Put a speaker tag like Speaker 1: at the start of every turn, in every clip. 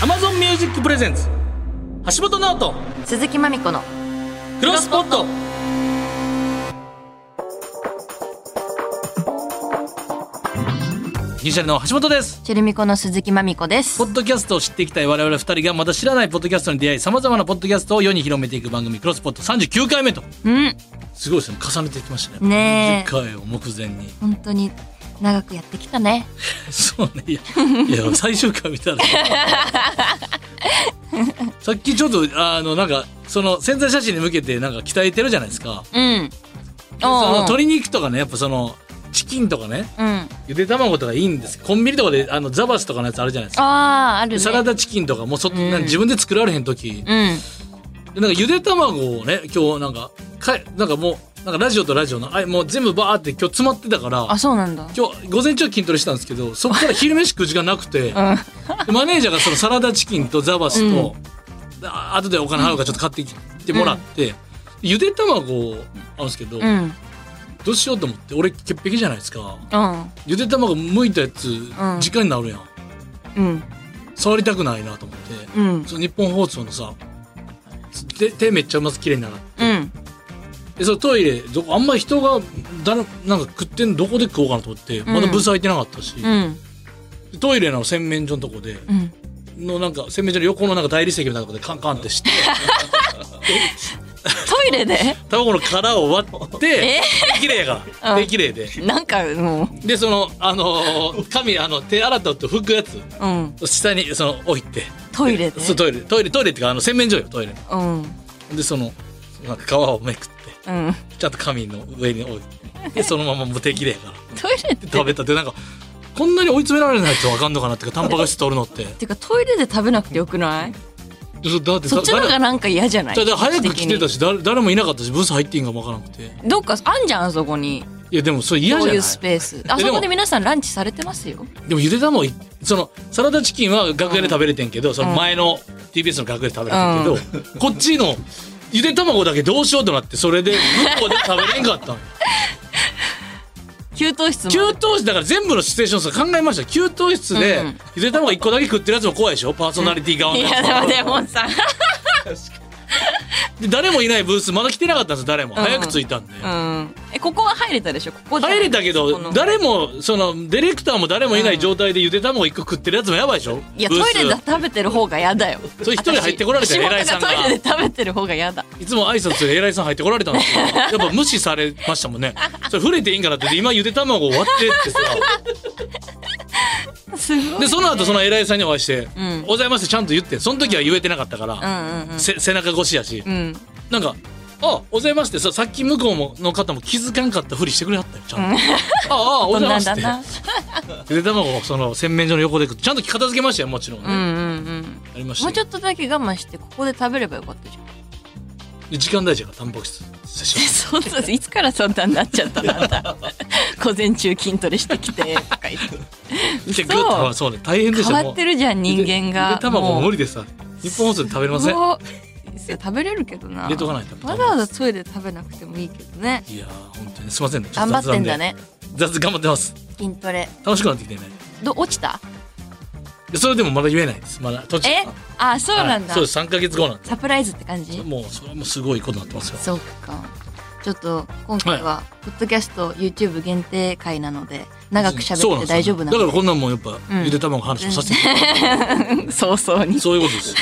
Speaker 1: Amazon Music Presents 橋本直人
Speaker 2: 鈴木まみこの
Speaker 1: クロスポットギリシャルの橋本です
Speaker 2: チェルミコの鈴木まみこです
Speaker 1: ポッドキャストを知っていきたい我々二人がまだ知らないポッドキャストに出会い、様々なポッドキャストを世に広めていく番組、クロスポット39回目と。
Speaker 2: うん
Speaker 1: すごいですね。重ねていきましたね。
Speaker 2: ね
Speaker 1: 10
Speaker 2: え
Speaker 1: 回を目前に。
Speaker 2: 本当に長くやってきたね
Speaker 1: そうね。いや、いや最終回見たら。さっきちょっと、あの、なんか、その潜在写真に向けてなんか鍛えてるじゃないですか。
Speaker 2: うん
Speaker 1: その
Speaker 2: おうおう
Speaker 1: 鶏肉とかね、やっぱその、チキンとかね、
Speaker 2: うんあ
Speaker 1: ゆで卵とかいいんですコンビニとかで、あの、ザバスとかのやつあるじゃないですか。
Speaker 2: あーあるね
Speaker 1: サラダチキンとかもうそ、
Speaker 2: ん
Speaker 1: なんか自分で作られへん時
Speaker 2: うん
Speaker 1: でなんかゆで卵をね、今日なんか、かえなんかもう、なんかラジオとラジオの、あもう全部バーって今日詰まってたから、
Speaker 2: あそうなんだ
Speaker 1: 今日午前中は筋トレしたんですけど、そこから昼飯食う時間なくて、
Speaker 2: うん
Speaker 1: でマネージャーがそのサラダチキンとザバスと、あ後でお金払うからちょっと買ってきてもらって、ゆで卵あるんですけど、
Speaker 2: うんうん
Speaker 1: どうしようと思って、俺潔癖じゃないですか。
Speaker 2: うん
Speaker 1: ゆで卵剥いたやつ、
Speaker 2: ん
Speaker 1: 時間になるやん。
Speaker 2: うん
Speaker 1: 触りたくないなと思って、
Speaker 2: うん
Speaker 1: その日本放送のさ、手手めっちゃまず綺麗になる。
Speaker 2: うん
Speaker 1: でそのトイレどこあんまり人が誰なんか食ってんのどこで食おうかなと思ってまだブース開いてなかったし、
Speaker 2: うん
Speaker 1: トイレの洗面所のとこで
Speaker 2: うん
Speaker 1: のなんか洗面所の横のなんか大理石みたいなとこでカンカンってして
Speaker 2: トイレで
Speaker 1: 卵の殻を割 って綺麗やから
Speaker 2: うん
Speaker 1: で綺麗で
Speaker 2: なんかもう
Speaker 1: でそのあのー紙あの手洗った後拭くやつ
Speaker 2: うん
Speaker 1: 下にその置いて
Speaker 2: トイレで
Speaker 1: そうトイレトイレトイレっていうかあの洗面所よトイレ
Speaker 2: うん
Speaker 1: でそのなんか皮をめくって
Speaker 2: うん
Speaker 1: ちゃんと紙の上に置いてでそのままもう手綺麗やから。
Speaker 2: トイレって
Speaker 1: 食べたってなんかこんなに追い詰められないとわかんのかなっていうかタンパク質取るのって
Speaker 2: てかトイレで食べなくてよくない
Speaker 1: そだって
Speaker 2: そっちの方がなんか嫌じゃない
Speaker 1: 誰だから早く来てた
Speaker 2: し
Speaker 1: し誰誰もいなかったしブース入っていいんかもわからなくて
Speaker 2: どっかあんじゃんあそこに
Speaker 1: いやでもそれ嫌じゃ
Speaker 2: そう
Speaker 1: ないいう
Speaker 2: スペースあ
Speaker 1: で
Speaker 2: そこ
Speaker 1: で
Speaker 2: で
Speaker 1: も
Speaker 2: 皆さんランチされてますよ
Speaker 1: でもゆで卵いそのサラダチキンは楽屋で食べれてんけど、その前の TBS の楽屋で食べれてんけど、こっちのゆで卵だけどうしようとなってそれで向こうで食べれんかったの
Speaker 2: 給湯室も
Speaker 1: 給湯室だから全部のシチュエーションさ考えました給湯室で
Speaker 2: うん
Speaker 1: ゆで卵1個だけ食ってるやつも怖いでしょパーソナリティ側の
Speaker 2: い
Speaker 1: やつ
Speaker 2: やでもでもさ
Speaker 1: で誰もいないブースまだ来てなかったんですよ誰も、
Speaker 2: ん
Speaker 1: 早く着いたんで、
Speaker 2: うんえここは入れたでしょここじゃん
Speaker 1: 入れたけ
Speaker 2: そこ
Speaker 1: ど
Speaker 2: の
Speaker 1: 誰もそのディレクターも誰もいない状態でゆで卵一個食ってるやつもやばいでしょ
Speaker 2: いやト
Speaker 1: ブース
Speaker 2: イレで食べてる方が嫌だよ
Speaker 1: それ一人入ってこられたら
Speaker 2: 私
Speaker 1: 偉いさんが
Speaker 2: 仕事トイレで食べてる方が嫌だ
Speaker 1: いつも挨拶で偉いさん入ってこられたんですけどやっぱ無視されましたもんねそれ触れていいんかなって今ゆで卵割ってってさ
Speaker 2: すごい
Speaker 1: でその後その偉いさんにお会いして「
Speaker 2: ん
Speaker 1: おざいます」ちゃんと言ってその時は言えてなかったから、
Speaker 2: うんうん
Speaker 1: せ背中越しやし、
Speaker 2: うんうん
Speaker 1: なんか「あおざいます」ってささっき向こうもの方も気づかんかったふりしてくれはったよちゃんと「あ あお
Speaker 2: そん
Speaker 1: ざい
Speaker 2: な
Speaker 1: ま
Speaker 2: ん
Speaker 1: す」っ
Speaker 2: だ
Speaker 1: て
Speaker 2: な
Speaker 1: ゆで卵をその洗面所の横で食ってちゃんと片付けましたよもちろんね、
Speaker 2: うん
Speaker 1: あ
Speaker 2: うんうん
Speaker 1: りました
Speaker 2: もうちょ
Speaker 1: っ
Speaker 2: っとだけ我慢してここで食べればよかったじゃん
Speaker 1: と時間大事やからタンパク質摂取
Speaker 2: そうそういつからそんなになっちゃったのあんだ午前中筋トレしてきてとか言って
Speaker 1: でグッと
Speaker 2: 嘘
Speaker 1: そうね大変でした
Speaker 2: 変わってるじゃん人間
Speaker 1: ゆで
Speaker 2: が
Speaker 1: ゆで卵無
Speaker 2: 理
Speaker 1: 理でさ日本放送で食べれません
Speaker 2: 食べれるけどな
Speaker 1: 入れとかないと
Speaker 2: わざわざトイレで食べなくてもいいけどね
Speaker 1: いやー本当にすいませんねちょっ
Speaker 2: 頑
Speaker 1: と
Speaker 2: 張
Speaker 1: 雑談
Speaker 2: ってん
Speaker 1: で
Speaker 2: だね
Speaker 1: 雑頑張ってます
Speaker 2: 筋トレ
Speaker 1: 楽しくなってきてね
Speaker 2: ど落ちた
Speaker 1: でそれでもまだ言えないですまだ途中
Speaker 2: えあそうなん
Speaker 1: はい
Speaker 2: だ
Speaker 1: そうです3か月後なんで
Speaker 2: サプライズって感じ
Speaker 1: もうそれはもうすごいことになってますよ
Speaker 2: そうかちょっと今回はポッドキャスト YouTube 限定回なので長く
Speaker 1: そう
Speaker 2: 喋っ
Speaker 1: なんで
Speaker 2: て
Speaker 1: すよ
Speaker 2: 大丈夫な
Speaker 1: だか
Speaker 2: の
Speaker 1: らこんなんもんやっぱ、
Speaker 2: うん
Speaker 1: ゆで卵の話もさせてもらって
Speaker 2: 早々に
Speaker 1: そういうことです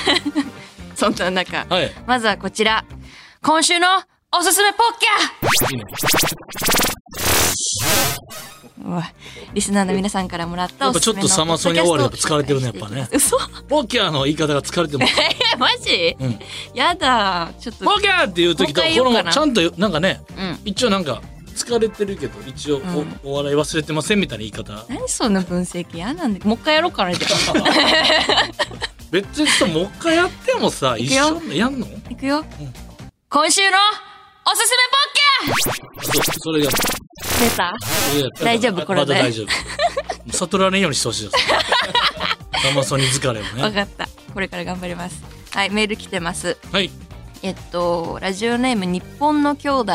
Speaker 2: そんな中
Speaker 1: はい
Speaker 2: まずはこちら。今週のおすすめポッ
Speaker 1: いいね
Speaker 2: キャおいリスナーの皆さんからもらった
Speaker 1: や
Speaker 2: お
Speaker 1: っぱ
Speaker 2: す
Speaker 1: ちょ
Speaker 2: す
Speaker 1: っ
Speaker 2: め
Speaker 1: と
Speaker 2: の
Speaker 1: サマソニ終わりやっぱ疲れてるねやっぱね
Speaker 2: 嘘
Speaker 1: ポーキャーの言い方が疲れても
Speaker 2: え、マジ、
Speaker 1: うん
Speaker 2: やだ。ちょっと。
Speaker 1: ボケーっていう時と
Speaker 2: もう一回言
Speaker 1: こ
Speaker 2: おうか
Speaker 1: の
Speaker 2: な
Speaker 1: ちゃんとなんかね
Speaker 2: うん。
Speaker 1: 一応なんか疲れてるけど一応お,、
Speaker 2: うん
Speaker 1: 笑い忘れてませんみたいな言い方
Speaker 2: 何そんな分析嫌なんで。もう一回やろうかな、じゃあ。
Speaker 1: 別にさもう一回やってもさ
Speaker 2: い
Speaker 1: 一
Speaker 2: くよ
Speaker 1: 緒やんの
Speaker 2: いくよ。今週のおすすめポッ
Speaker 1: そうそれが
Speaker 2: キャ出た
Speaker 1: それが
Speaker 2: 大丈夫
Speaker 1: あ
Speaker 2: これで
Speaker 1: まだ大丈夫も う悟られんようにしてほしいですサマソニ疲れを
Speaker 2: わ
Speaker 1: ね
Speaker 2: かった。これから頑張ります。はい、メール来てます。
Speaker 1: はい
Speaker 2: えっと、ラジオネーム日本の兄弟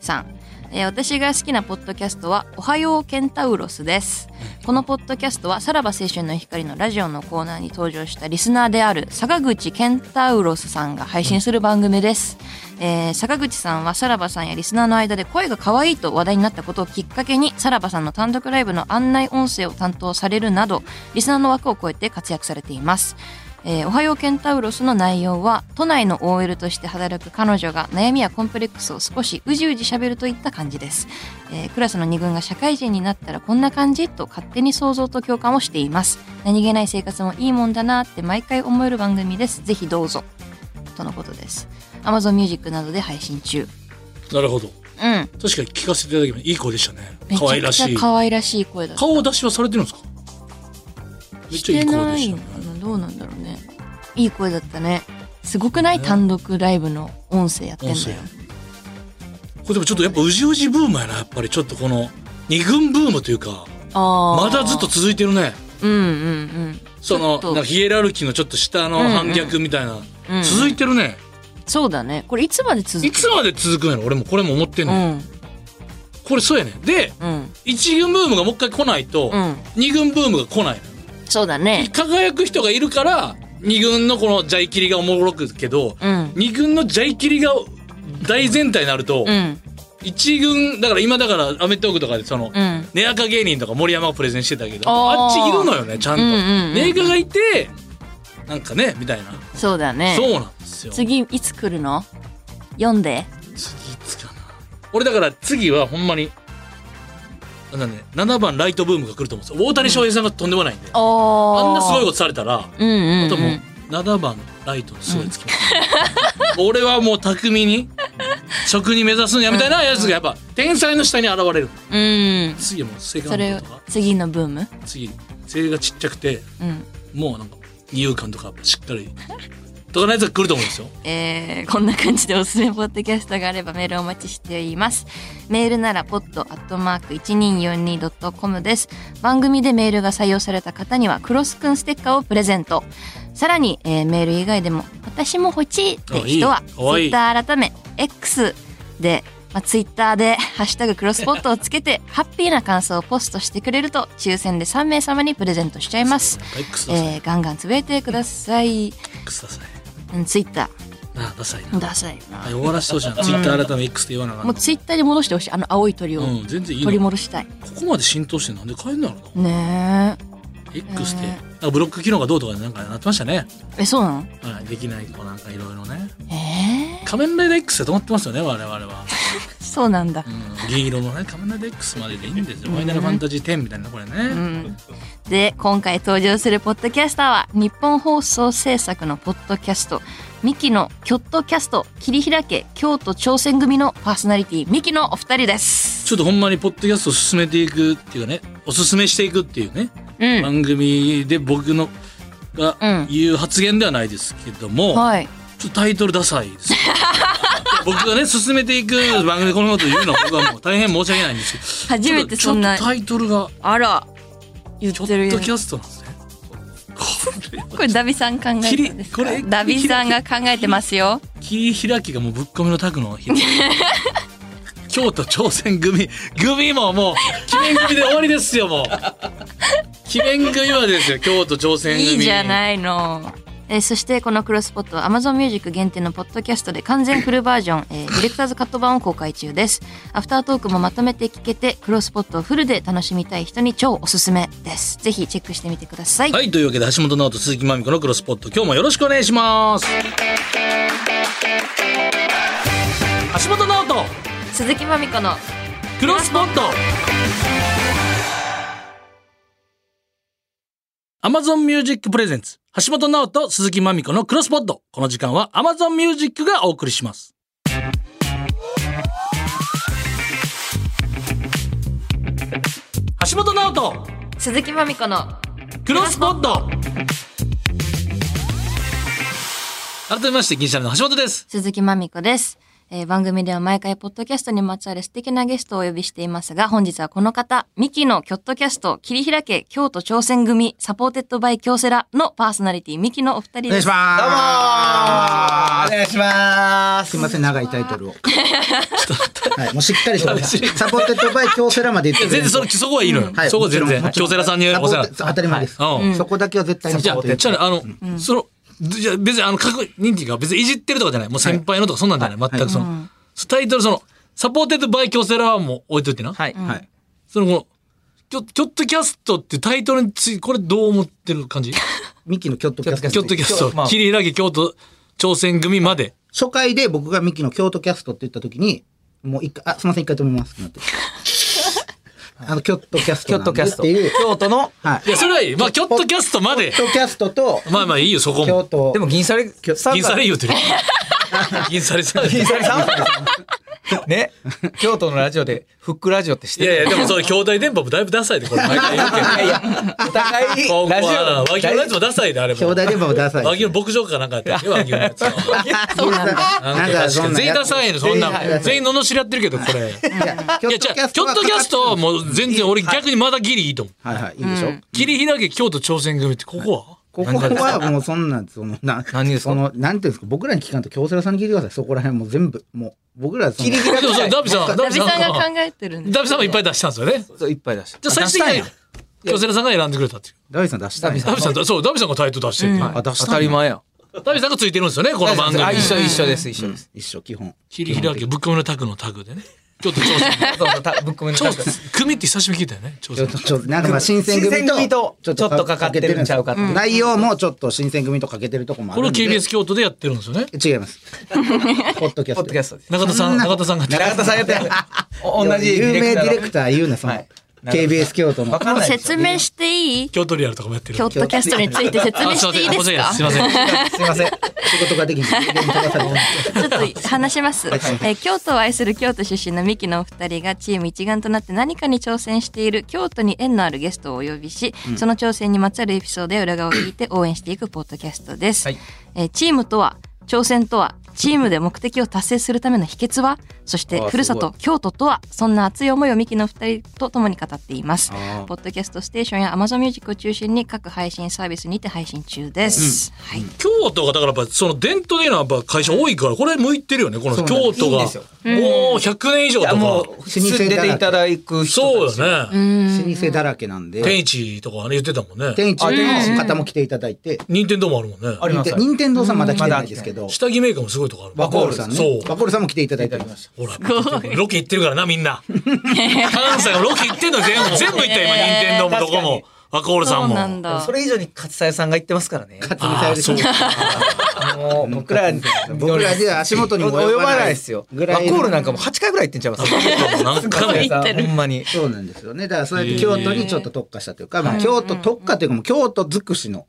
Speaker 2: さん。えー私が好きなポッドキャストは、おはようケンタウロスです。このポッドキャストは、さらば青春の光のラジオのコーナーに登場したリスナーである、坂口健太郎さんが配信する番組です。えー坂口さんは、さらばさんやリスナーの間で声が可愛いと話題になったことをきっかけに、さらばさんの単独ライブの案内音声を担当されるなど、リスナーの枠を超えて活躍されています。えーおはようケンタウロスの内容は、都内の OL として働く彼女が悩みやコンプレックスを少しうじうじ喋るといった感じです。えークラスの二軍が社会人になったらこんな感じと勝手に想像と共感をしています。何気ない生活もいいもんだなって毎回思える番組です。ぜひどうぞ。とのことです。Amazon Music などで配信中。
Speaker 1: なるほど
Speaker 2: うん。
Speaker 1: 確かに聞かせていただきますいい子でしたね
Speaker 2: めち
Speaker 1: 可愛
Speaker 2: ゃ
Speaker 1: ら
Speaker 2: く
Speaker 1: し
Speaker 2: ち
Speaker 1: い
Speaker 2: ゃ可愛らしい声だった。
Speaker 1: 顔出しはされてるんですかめっ
Speaker 2: し
Speaker 1: ちゃい
Speaker 2: て
Speaker 1: い声
Speaker 2: な
Speaker 1: でし
Speaker 2: い
Speaker 1: た
Speaker 2: の
Speaker 1: ね
Speaker 2: かなどうなんだろうね。いい声だったね。すごくない、
Speaker 1: ね
Speaker 2: 単独ライブの音声やってん
Speaker 1: 音
Speaker 2: だ
Speaker 1: 声
Speaker 2: よ。
Speaker 1: これでもちょっとやっぱうじうじブームやなやっぱりちょっとこの二軍ブームというか
Speaker 2: あー
Speaker 1: まだずっと続いてるね
Speaker 2: うんうん
Speaker 1: その
Speaker 2: ちょっと
Speaker 1: なんかヒエラルキーのちょっと下の反逆みたいな、
Speaker 2: うんうん
Speaker 1: 続いてるね
Speaker 2: そうだねこれいつまで続く
Speaker 1: いつまで続くんやろ俺もこれも思ってん
Speaker 2: う
Speaker 1: ねん、
Speaker 2: ん
Speaker 1: これそうやねんで
Speaker 2: うん
Speaker 1: 一軍ブームがもう一回来ないと、
Speaker 2: うん
Speaker 1: 二軍ブームが来ない
Speaker 2: そうだね
Speaker 1: 輝く人がいるから二軍のこのジャイキリがおもろくけど、
Speaker 2: うん
Speaker 1: 二軍のジャイキリが大全体になると、
Speaker 2: うん
Speaker 1: 一軍だから今だから『アメトーーク』とかでその、
Speaker 2: うん
Speaker 1: 根垢芸人とか森山がプレゼンしてたけど
Speaker 2: あー
Speaker 1: あっちいるのよねちゃんと。
Speaker 2: うんうんうん
Speaker 1: 根垢がいてなんかねみたいな、
Speaker 2: そうだね
Speaker 1: そうなんですよ。
Speaker 2: 次いつ来るの読んで
Speaker 1: 次いつかな俺だから次はほんまになんだね7番ライトブームが来ると思うんですよ大谷翔平さんがとんでもないんで、
Speaker 2: おー
Speaker 1: あんなすごいことされたら、
Speaker 2: うんうん、うん、
Speaker 1: あともう7番ライトのすごいつきます、 俺はもう巧みに職に目指すんやみたいなやつがやっぱ天才の下に現れる
Speaker 2: うん
Speaker 1: 次はもうセカ
Speaker 2: そ
Speaker 1: ン
Speaker 2: れ
Speaker 1: ド
Speaker 2: を
Speaker 1: とか
Speaker 2: 次のブーム
Speaker 1: 次背がちっちゃくて
Speaker 2: うん
Speaker 1: もうなんか二遊間とかしっかりとかのやつが来ると思うんですよ
Speaker 2: えーこんな感じでおすすめポッドキャストがあればメールお待ちしています。メールなら pod.1242.com です。番組でメールが採用された方にはクロスくんステッカーをプレゼント。さらに、えーメール以外でも私も欲しいって人は
Speaker 1: あいい
Speaker 2: ツイ
Speaker 1: かわいい
Speaker 2: ッター改め X で、まあ、ツイッターで「ハッシュタグクロスポット」をつ けてハッピーな感想をポストしてくれると抽選で3名様にプレゼントしちゃいます。
Speaker 1: X ダサい
Speaker 2: えーガンガンつぶやいてください。
Speaker 1: X ダサい
Speaker 2: うん、ツイッタ
Speaker 1: なあダサいな
Speaker 2: ー。ダサいな
Speaker 1: はい。終わらせてほしいな Twitter 改め X って言わなあか
Speaker 2: もう
Speaker 1: っ
Speaker 2: ツイッターに戻してほしいあの青い鳥を
Speaker 1: たうん全然いい
Speaker 2: 取り
Speaker 1: のこ
Speaker 2: 戻したい、
Speaker 1: こまで浸透してなんで変えんだろうな
Speaker 2: ね
Speaker 1: X って
Speaker 2: えー
Speaker 1: なんかブロック機能がどうとかなんかなってましたね、
Speaker 2: ええそうなの
Speaker 1: はい、できない子なんかいろいろね
Speaker 2: え
Speaker 1: 仮面ライダー X で止まってますよね我々は、
Speaker 2: ー、そうなんだ
Speaker 1: うん、銀色のね仮面ライダー X まででいいんですよファイナルファンタジー10みたいなこれね、
Speaker 2: うんで今回登場するポッドキャスターは日本放送制作のポッドキャストミキのキョットキャスト切り開け京都挑戦組のパーソナリティミキのお二人です
Speaker 1: ちょっとほんまにポッドキャストを進めていくっていうかねおすすめしていく っていうね、
Speaker 2: うん
Speaker 1: 番組で僕のが
Speaker 2: うん
Speaker 1: 言う発言ではないですけども、
Speaker 2: はい
Speaker 1: ちょっとタイトルダサいですよ 僕がね進めていく番組でこのこと言うのは僕はもう大変申し訳ないんですけど
Speaker 2: 初めてそん
Speaker 1: ちょ
Speaker 2: な
Speaker 1: っとタイトルが
Speaker 2: あら言っ
Speaker 1: ちょって
Speaker 2: るよ
Speaker 1: とキャストなんですねこれ
Speaker 2: これダビさん考え
Speaker 1: 切
Speaker 2: て
Speaker 1: り
Speaker 2: です
Speaker 1: こ
Speaker 2: か
Speaker 1: れ
Speaker 2: ダビさんが考えてますよ
Speaker 1: 切り開きがもうぶっ込みのタクの日 京都挑戦組組ももう記念組で終わりですよもう記念組はですよ京都挑戦組
Speaker 2: いいじゃ
Speaker 1: い
Speaker 2: ないの。えーそしてこのクロスポットは Amazon Music 限定のポッドキャストで完全フルバージョン、えーディレクターズカット版を公開中です。アフタートークもまとめて聞けて、クロスポットをフルで楽しみたい人に超おすすめです。ぜひチェックしてみてください。
Speaker 1: はいというわけで橋本直人鈴木まみ子のクロスポット今日もよろしくお願いします橋本直人
Speaker 2: 鈴木まみこの、
Speaker 1: クロスポット Amazon Music Presents 橋本直人鈴木まみ子のクロスポットこの時間は Amazon Music がお送りします橋本直人
Speaker 2: 鈴木まみこの、
Speaker 1: クロスポット改めまして銀シャリの橋本です
Speaker 2: 鈴木まみこです。えー番組では毎回ポッドキャストにまつわる素敵なゲストをお呼びしていますが、本日はこの方、ミキのキョットキャスト、切り開け、京都挑戦組、サポーテッドバイ京セラのパーソナリティ、ミキのお二人
Speaker 3: お願
Speaker 2: です。
Speaker 3: いします
Speaker 4: どうもーお願いします
Speaker 3: すいません長いタイトルをはいもうしっかりと
Speaker 1: 寂しい
Speaker 3: サポーテッドバイ京セラまで言って
Speaker 1: 全
Speaker 3: くれる
Speaker 1: 然それそこはいいのよ、そこは全然
Speaker 3: もちろ
Speaker 1: 京セラさんにお世
Speaker 3: サポー
Speaker 1: 話
Speaker 3: テ
Speaker 1: になって
Speaker 3: 当たり前です、
Speaker 1: はいうん
Speaker 3: そこだけは絶対に
Speaker 1: じゃ
Speaker 3: サポーテ
Speaker 1: あ、
Speaker 3: ッ
Speaker 1: じ
Speaker 3: ド
Speaker 1: ゃあ、あの、その、じゃあ別にあの、確認っていうか、別にいじってるとかじゃない。もう先輩のとか、そんなんじゃない。
Speaker 3: はい
Speaker 1: 全くその、タイトル、その、サポーテッドバイ京セラはもう置いといてな。
Speaker 4: はい、
Speaker 3: はい
Speaker 1: その、この、キョキョットキャストってタイトルについ、これどう思ってる感じキ
Speaker 3: ミキの京都キャスト
Speaker 1: ョットキャス
Speaker 4: 今日
Speaker 1: ト、
Speaker 4: まあ
Speaker 1: 切り開け京都挑戦組まで。
Speaker 3: 初回で僕がミキの京都キャストって言った時にもう一回あすいません一回止めますってなってあの京都キャスト
Speaker 4: 京
Speaker 3: なん
Speaker 4: 都キ
Speaker 3: で
Speaker 4: ャ
Speaker 3: っ
Speaker 4: スト
Speaker 3: ていう
Speaker 4: 京都の
Speaker 3: はい
Speaker 1: いや、それはいい。まあ、キョットキャストまで。
Speaker 3: 京都キャストと
Speaker 1: まあまあいいよ、そこ
Speaker 3: 京
Speaker 1: も。
Speaker 3: 都
Speaker 4: でも銀サレさん
Speaker 1: 銀
Speaker 4: が
Speaker 1: サレ言うてる。銀サレさん。い
Speaker 4: 銀サレさん ね京都のラジオでフックラジオってして
Speaker 1: やいや、でもそれ、兄 弟電波もだいぶダサいで、これ毎回言うけど。
Speaker 4: いやお互い
Speaker 1: ここ
Speaker 4: ラジオ
Speaker 1: は和牛のやつもダサいで、あれも。
Speaker 3: 兄弟電話を出さ
Speaker 1: 和
Speaker 3: ない
Speaker 1: 牛の牧場か なんかやったっけ和牛のやつは。
Speaker 2: そうなんだ。
Speaker 1: なんか確かに全員ダサいの、そんな。全員罵り合ってるけど、これ。い
Speaker 3: いやキ
Speaker 1: や、じゃあ、キョットキャストはもう全然俺逆にまだギリいいと思う。
Speaker 3: はいはいいいでしょ、
Speaker 1: 切り開け京都挑戦組って、ここは、
Speaker 3: ここはもうそんなそのな
Speaker 4: 何ですか
Speaker 3: そのなんていうんですか僕らに聞かんと京セラさんに聞いてくださいそこら辺もう全部もう僕らその
Speaker 4: 切り開
Speaker 1: でもそれダビさん、ダ
Speaker 2: ダ
Speaker 1: ビ
Speaker 2: ビ
Speaker 1: さ
Speaker 2: さ
Speaker 1: ん
Speaker 2: んが
Speaker 1: が、
Speaker 2: 考えてるんで。
Speaker 1: ダビさんもいっぱい出したんですよね。
Speaker 4: そういっぱい出して
Speaker 1: じゃあ最終的には、京セラさんが選んでくれたっていう。
Speaker 3: ダビさん出したい
Speaker 1: ダビさんと、そう、ダビさんがタイトル出してるっていう。
Speaker 3: あ出し
Speaker 4: 当
Speaker 3: た
Speaker 4: た
Speaker 3: い
Speaker 4: り前や
Speaker 1: ダビさんがついてるんですよね、この番組
Speaker 4: あ。一緒
Speaker 1: うん
Speaker 4: 一緒です一緒です
Speaker 3: 一緒基本
Speaker 1: 切り開け、ぶっ込みのタグのタグでね。京都挑戦
Speaker 4: そうそうたぶっ込み
Speaker 1: 組。
Speaker 4: のタ
Speaker 1: 挑
Speaker 4: グ
Speaker 1: 戦組って久しぶりに聞いたよね、挑
Speaker 3: ちょ
Speaker 1: 戦
Speaker 3: っ。とちょっとなんかまあ新選組
Speaker 4: 新選組
Speaker 3: と
Speaker 4: とちょっとかかってるんちゃうかって
Speaker 3: ん内容もちょっと新選組とかけてるとこもあ
Speaker 1: こ
Speaker 3: る
Speaker 1: れを
Speaker 3: んで
Speaker 1: KBS 京都でやってるんですよね。
Speaker 3: 違いますポッドキャス
Speaker 4: ポ
Speaker 3: ト
Speaker 4: ッドキャストです
Speaker 1: 中田さん、中田さんが。
Speaker 4: 永田さんやって お同じ
Speaker 3: 有名ディレクタ
Speaker 4: タ
Speaker 3: ー言うなその、
Speaker 4: はい
Speaker 3: KBS 京都の
Speaker 4: わかんないでしょ
Speaker 2: 説明していい
Speaker 1: 京都リアルとかもやってる。
Speaker 2: キョットキャストについて説明していいですか
Speaker 1: あすいません。申し訳 ないですすいません。
Speaker 4: すいません
Speaker 3: 仕事ができない連絡がされてない
Speaker 2: ちょっと話します、えー京都を愛する京都出身のミキのお二人がチーム一丸となって何かに挑戦している京都に縁のあるゲストをお呼びし、その挑戦にまつわるエピソードや裏側を聞いて応援していくポッドキャストです、
Speaker 4: はい
Speaker 2: えーチームとは挑戦とはチームで目的を達成するための秘訣はそして
Speaker 4: あー
Speaker 2: ふるさ
Speaker 4: す
Speaker 2: と
Speaker 4: ご
Speaker 2: 京都とはそんな熱い思いをミキの2人と共に語っています
Speaker 3: あー
Speaker 2: ポッドキャストステーションや AmazonMusic を中心に各配信サービスにて配信中です、はい
Speaker 1: 京都がだからやっぱその伝統的なやっぱ会社多いからこれ向いてるよねこの
Speaker 3: そうな
Speaker 1: 京
Speaker 3: んで
Speaker 1: 都
Speaker 3: す
Speaker 4: いいん
Speaker 1: が
Speaker 4: ですよ
Speaker 1: もう100年以上
Speaker 4: い
Speaker 1: と
Speaker 4: やも
Speaker 1: か
Speaker 4: う住んでていただく人
Speaker 1: そう
Speaker 4: たち
Speaker 1: よね
Speaker 3: 老舗だらけなんで、
Speaker 1: 天一とかね言ってたもんね
Speaker 3: 天一の方も来ていただいて、
Speaker 1: 任天堂もあるもんね
Speaker 4: あります
Speaker 3: 任天堂さんまだ来てないですけど、
Speaker 1: 下着メーカーもすごいとこある
Speaker 3: ワコールさんね
Speaker 1: そう。
Speaker 3: ワコールさんも来ていただいてます。
Speaker 1: ほらロケ行ってるからなみん な関西はロケ行ってんの全部全部行ったよ今任天堂もどこもワコールさん
Speaker 2: そう
Speaker 1: も
Speaker 2: なんだ
Speaker 4: それ以上に勝ささんが言ってますからね
Speaker 3: 勝見さゆりさん
Speaker 4: もう僕ら
Speaker 3: 僕らでは足元にも
Speaker 4: 及ばないですよ
Speaker 3: ぐ
Speaker 4: ワコ
Speaker 3: らいの
Speaker 4: ールなんかもう8回ぐらい行ってんちゃいます
Speaker 1: 何回も
Speaker 4: 勝さんほんまに
Speaker 3: そうなんですよね。だからそうやって京都にちょっと特化したというか、まあ京都特化というかもう京都尽くしの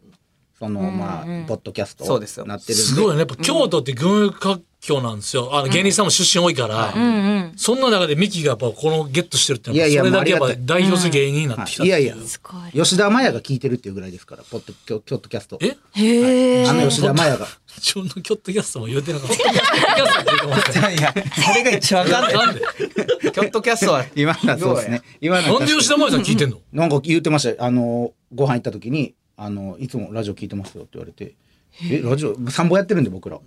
Speaker 3: そのまあポッドキャスト
Speaker 4: そうですよ
Speaker 3: なってるん
Speaker 1: すごいねやっぱ京都って群雄割拠なんですよあの芸人さんも出身多いから、そんな中でミキがやっぱこのゲットしてるってのはい
Speaker 3: や
Speaker 1: それ
Speaker 3: いや
Speaker 1: だけやっ
Speaker 3: もう
Speaker 1: ぱ
Speaker 3: ありが
Speaker 1: 代表する芸人になってきた
Speaker 3: はいいやいや
Speaker 2: すごい
Speaker 3: 吉田麻也が聞いてるっていうぐらいですから、ポッド京京都キャスト。
Speaker 1: え
Speaker 2: へえ
Speaker 3: あの吉田麻也が。
Speaker 1: 自分のキョットキャストも言うてなかったキョットキャストって言うてもらった
Speaker 4: いやいやそれが一番わかん
Speaker 1: な
Speaker 4: なんい
Speaker 1: で
Speaker 4: キョットキャストは
Speaker 3: 今のはそうですね。今のは
Speaker 1: なんで吉田麻也さん聞いてんの
Speaker 3: なんか言ってましたよあのご飯行った時にあのいつもラジオ聞いてますよって言われてえラジオ三本やってるんで僕ら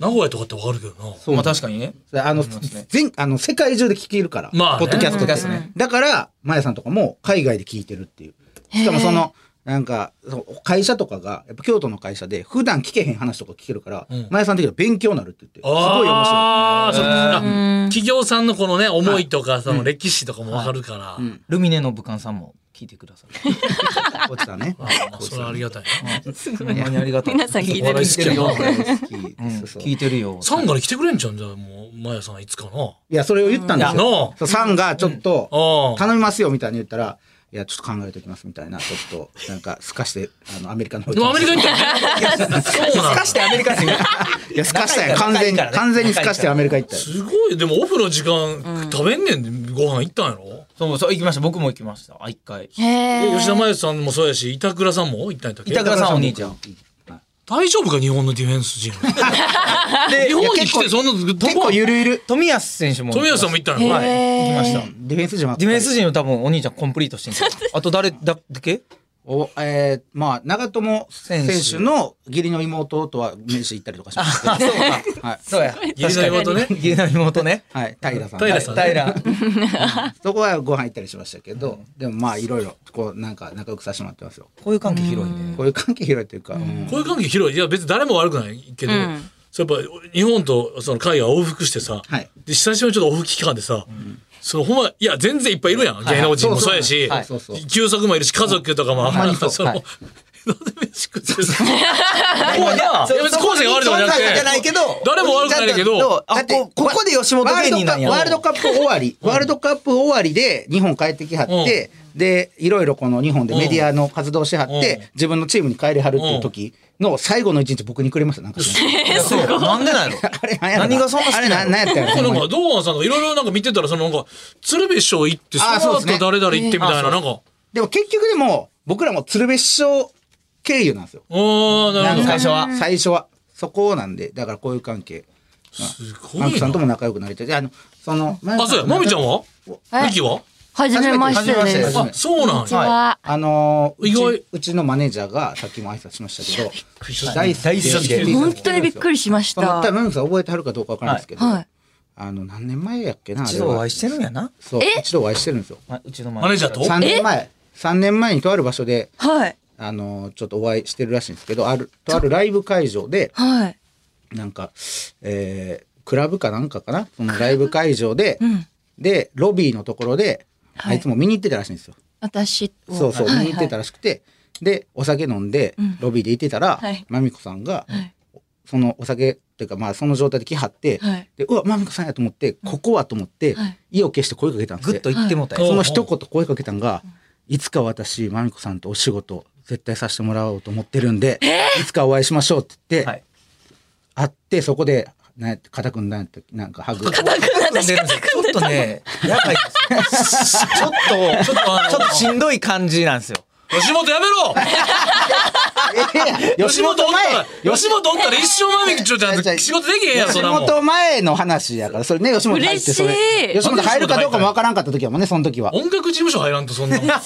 Speaker 1: 名古屋とかってわかるけどな
Speaker 4: まあ確かにね
Speaker 3: それあの全あの世界中で聞けるから、
Speaker 1: まあね
Speaker 3: ポッドキャスト
Speaker 4: ポッ
Speaker 3: で
Speaker 4: ドキャストね
Speaker 3: だからまやさんとかも海外で聞いてるっていうしかもそのなんかそう会社とかがやっぱ京都の会社で普段聞けへん話とか聞けるから、
Speaker 1: ん
Speaker 3: まやさん的には勉強になるって言ってすごい面白い
Speaker 1: あーそっか企業さんのこのね思いとかその歴史とかもわかるから、
Speaker 4: ルミネの武漢さんも聞いてください
Speaker 3: こっちだね
Speaker 1: あそれはありがたいな
Speaker 4: ほんまにありがとう
Speaker 2: 皆さん聞いてる
Speaker 1: お笑い好きやな
Speaker 3: 好き
Speaker 4: うん
Speaker 3: ですそう
Speaker 4: 聞いてるよ
Speaker 1: サンガに来てくれんじゃんじゃあもう麻也さんいつかない
Speaker 3: やそれを言ったんです
Speaker 1: うん
Speaker 3: よ
Speaker 1: な
Speaker 3: そうさんがちょっと、
Speaker 1: ああ
Speaker 3: 頼みますよみたいに言ったら、いや、ちょっと考えておきますみたいな、ちょっと、なんか、すかして、あの、アメリカの方
Speaker 1: でもアメリカ
Speaker 3: に。
Speaker 1: 行ったよね そうなんだ
Speaker 4: してアメリカ人
Speaker 3: いや、すかしたよ。完全に、
Speaker 4: 高いからね
Speaker 3: 完全にすかしてアメリカ行ったよ。
Speaker 1: すごいでもオフの時間食べんねんでご飯行ったんやろ
Speaker 4: そうそう行きました僕も行きましたあ一回
Speaker 2: へえ
Speaker 1: 吉田麻也さんもそうやし板倉さんも行ったんやったっけ
Speaker 4: 板倉さんお兄ちゃん
Speaker 3: はい
Speaker 1: 大丈夫か日本のディフェンス陣
Speaker 4: で
Speaker 1: 日本に来てそんな
Speaker 4: 結構ゆるゆる富安選手も
Speaker 1: 富安さんも行ったの
Speaker 2: へー
Speaker 4: はい行きました
Speaker 3: ディフェンス陣は
Speaker 4: ディフェンス陣を多分お兄ちゃんコンプリートしてるんだよあと誰だっけ
Speaker 3: お、えー、まあ、長友選
Speaker 4: 選
Speaker 3: 手
Speaker 4: 手
Speaker 3: の義理の妹とは名刺行ったりとかしましたけど。そうか。はい。
Speaker 4: そうや
Speaker 1: 義理の妹ね
Speaker 4: 確かに義理の妹ね
Speaker 3: はい、平さん。
Speaker 1: 平
Speaker 3: は
Speaker 1: さん
Speaker 3: い
Speaker 1: ね
Speaker 4: 平
Speaker 3: そこはご飯行ったりしましたけど、でもまあ、いろいろ、こう、なんか仲良くさせてもらってますよ。
Speaker 4: こういう関係広いね
Speaker 3: こういう関係広いというか、うん
Speaker 1: こういう関係広いいや別に誰も悪くないけど、
Speaker 2: うん
Speaker 1: そうやっぱ日本とその海外往復してさ、
Speaker 3: はい
Speaker 1: で久しぶりにちょっと往復期間でさ、そのほんまいや全然いっぱいいるやん、芸能人もそうやし、
Speaker 3: はいそうそうそうはい
Speaker 1: 旧作もいるし家族とかも、
Speaker 3: はい
Speaker 1: なん かその、
Speaker 3: はい
Speaker 1: なんで飯食ってさ
Speaker 4: こ
Speaker 1: い
Speaker 4: う
Speaker 1: や別に昴生が悪いとかじゃなくて
Speaker 4: そんじゃないけど
Speaker 1: 誰も悪くないけど
Speaker 4: あ
Speaker 3: だって
Speaker 4: こここで吉本
Speaker 3: ワー
Speaker 4: 芸
Speaker 3: ル
Speaker 4: 人
Speaker 3: ドカ
Speaker 4: なん
Speaker 3: ップ
Speaker 4: や
Speaker 3: ワールドカップ終わり、ワールドカップ終わりで日本帰ってきはって、で、いろいろこの日本でメディアの活動しはって、
Speaker 1: うん
Speaker 3: 自分のチームに帰りはるっていう時の最後の一日僕にくれました、なんか知らんけど。
Speaker 4: そうなんでなの
Speaker 3: あれ、何やろ
Speaker 4: 何がそんな好きな
Speaker 3: あれ、
Speaker 4: の
Speaker 3: ななんやったんや ろ
Speaker 1: なんか堂安さんとかいろいろなんか見てたらそのなんか鶴瓶師匠行ってそ
Speaker 3: あーそう
Speaker 1: の
Speaker 3: です
Speaker 1: 後
Speaker 3: ね
Speaker 1: 誰々行ってみたい
Speaker 4: えー
Speaker 1: な
Speaker 4: あ
Speaker 1: なんか
Speaker 3: でも結局でも、僕らも鶴瓶師匠経由なんですよ。
Speaker 1: おーな
Speaker 3: な
Speaker 1: る
Speaker 3: ん
Speaker 1: ほど
Speaker 3: か
Speaker 4: 最初は
Speaker 3: 最初は。そこなんで、だからこういう関係。
Speaker 1: す
Speaker 3: マ
Speaker 1: ご
Speaker 3: ンク
Speaker 1: い
Speaker 3: さ
Speaker 1: なん
Speaker 3: とも仲良くなりたい。あの、その、
Speaker 1: あそうやまみちゃんは
Speaker 2: え
Speaker 1: ミキは
Speaker 2: はじめまして
Speaker 4: はじめ
Speaker 2: で
Speaker 4: ま
Speaker 2: す。
Speaker 4: して
Speaker 2: こん
Speaker 1: あそうなん
Speaker 2: にち
Speaker 1: や
Speaker 2: は。
Speaker 3: あのー
Speaker 1: 意外
Speaker 3: うちうちのマネージャーがさっきも挨拶しましたけど
Speaker 4: 大
Speaker 3: 大
Speaker 4: 好きで
Speaker 3: 好きで
Speaker 2: 本当にびっくりしまし
Speaker 3: その
Speaker 2: た
Speaker 3: 多。分さん覚えてはるかどうかわからないですけど、
Speaker 2: はい。
Speaker 3: あの何年前やっけなあれは
Speaker 4: 一度お会いしてるんやな
Speaker 3: そう一度お会いしてるんですよ
Speaker 4: まうちの
Speaker 1: マネージャーと
Speaker 3: 3年前3年前にとある場所で
Speaker 2: はい。
Speaker 3: あのーちょっとお会いしてるらしいんですけどあるとあるライブ会場で
Speaker 2: はい。
Speaker 3: なんかえークラブかなんかかなそのライブ会場で、
Speaker 2: うん。
Speaker 3: でロビーのところで、
Speaker 2: はい
Speaker 3: あいつも見に行ってたらしいんですよ
Speaker 2: 私を。
Speaker 3: そうそう、
Speaker 2: はい
Speaker 3: 見に行ってたらしくて、で、お酒飲んで
Speaker 2: うん、
Speaker 3: ロビーでいてたら、
Speaker 2: はい
Speaker 3: まみこさんが、
Speaker 2: はい
Speaker 3: そのお酒っていうか、まあ、その状態で来はって、
Speaker 2: はい
Speaker 3: で、うわ、まみこさんやと思って、ここはと思って、
Speaker 2: はい
Speaker 3: 意を決して声かけたんです
Speaker 4: グ
Speaker 3: っ
Speaker 4: ッ
Speaker 3: て
Speaker 4: と言ってもうた
Speaker 1: はい
Speaker 4: よ
Speaker 3: その一言声かけたんが、いつか私、まみこさんとお仕事、絶対させてもらおうと思ってるんで、いつかお会いしましょうって言って、
Speaker 4: はい
Speaker 3: 会って、そこで、なんやって、肩組んだんやったっけなんか、ハグ。
Speaker 4: ちょっとねやばいですよちょっと
Speaker 1: ちょっとあの
Speaker 4: ちょっとしんどい感じなんですよ
Speaker 1: 吉本やめろ
Speaker 3: え ー
Speaker 1: 吉本おったら、吉本おったら一生まみきちょちゃんと仕事できへんやん、そ
Speaker 3: 吉
Speaker 1: んなもん。
Speaker 3: 本前の話やから、それね、吉本入って、それ
Speaker 2: 嬉しい。
Speaker 3: 吉本入るかどうかもわからんかった時はもんね、その時は。
Speaker 1: 音楽事務所入らんとそんなもん。
Speaker 3: な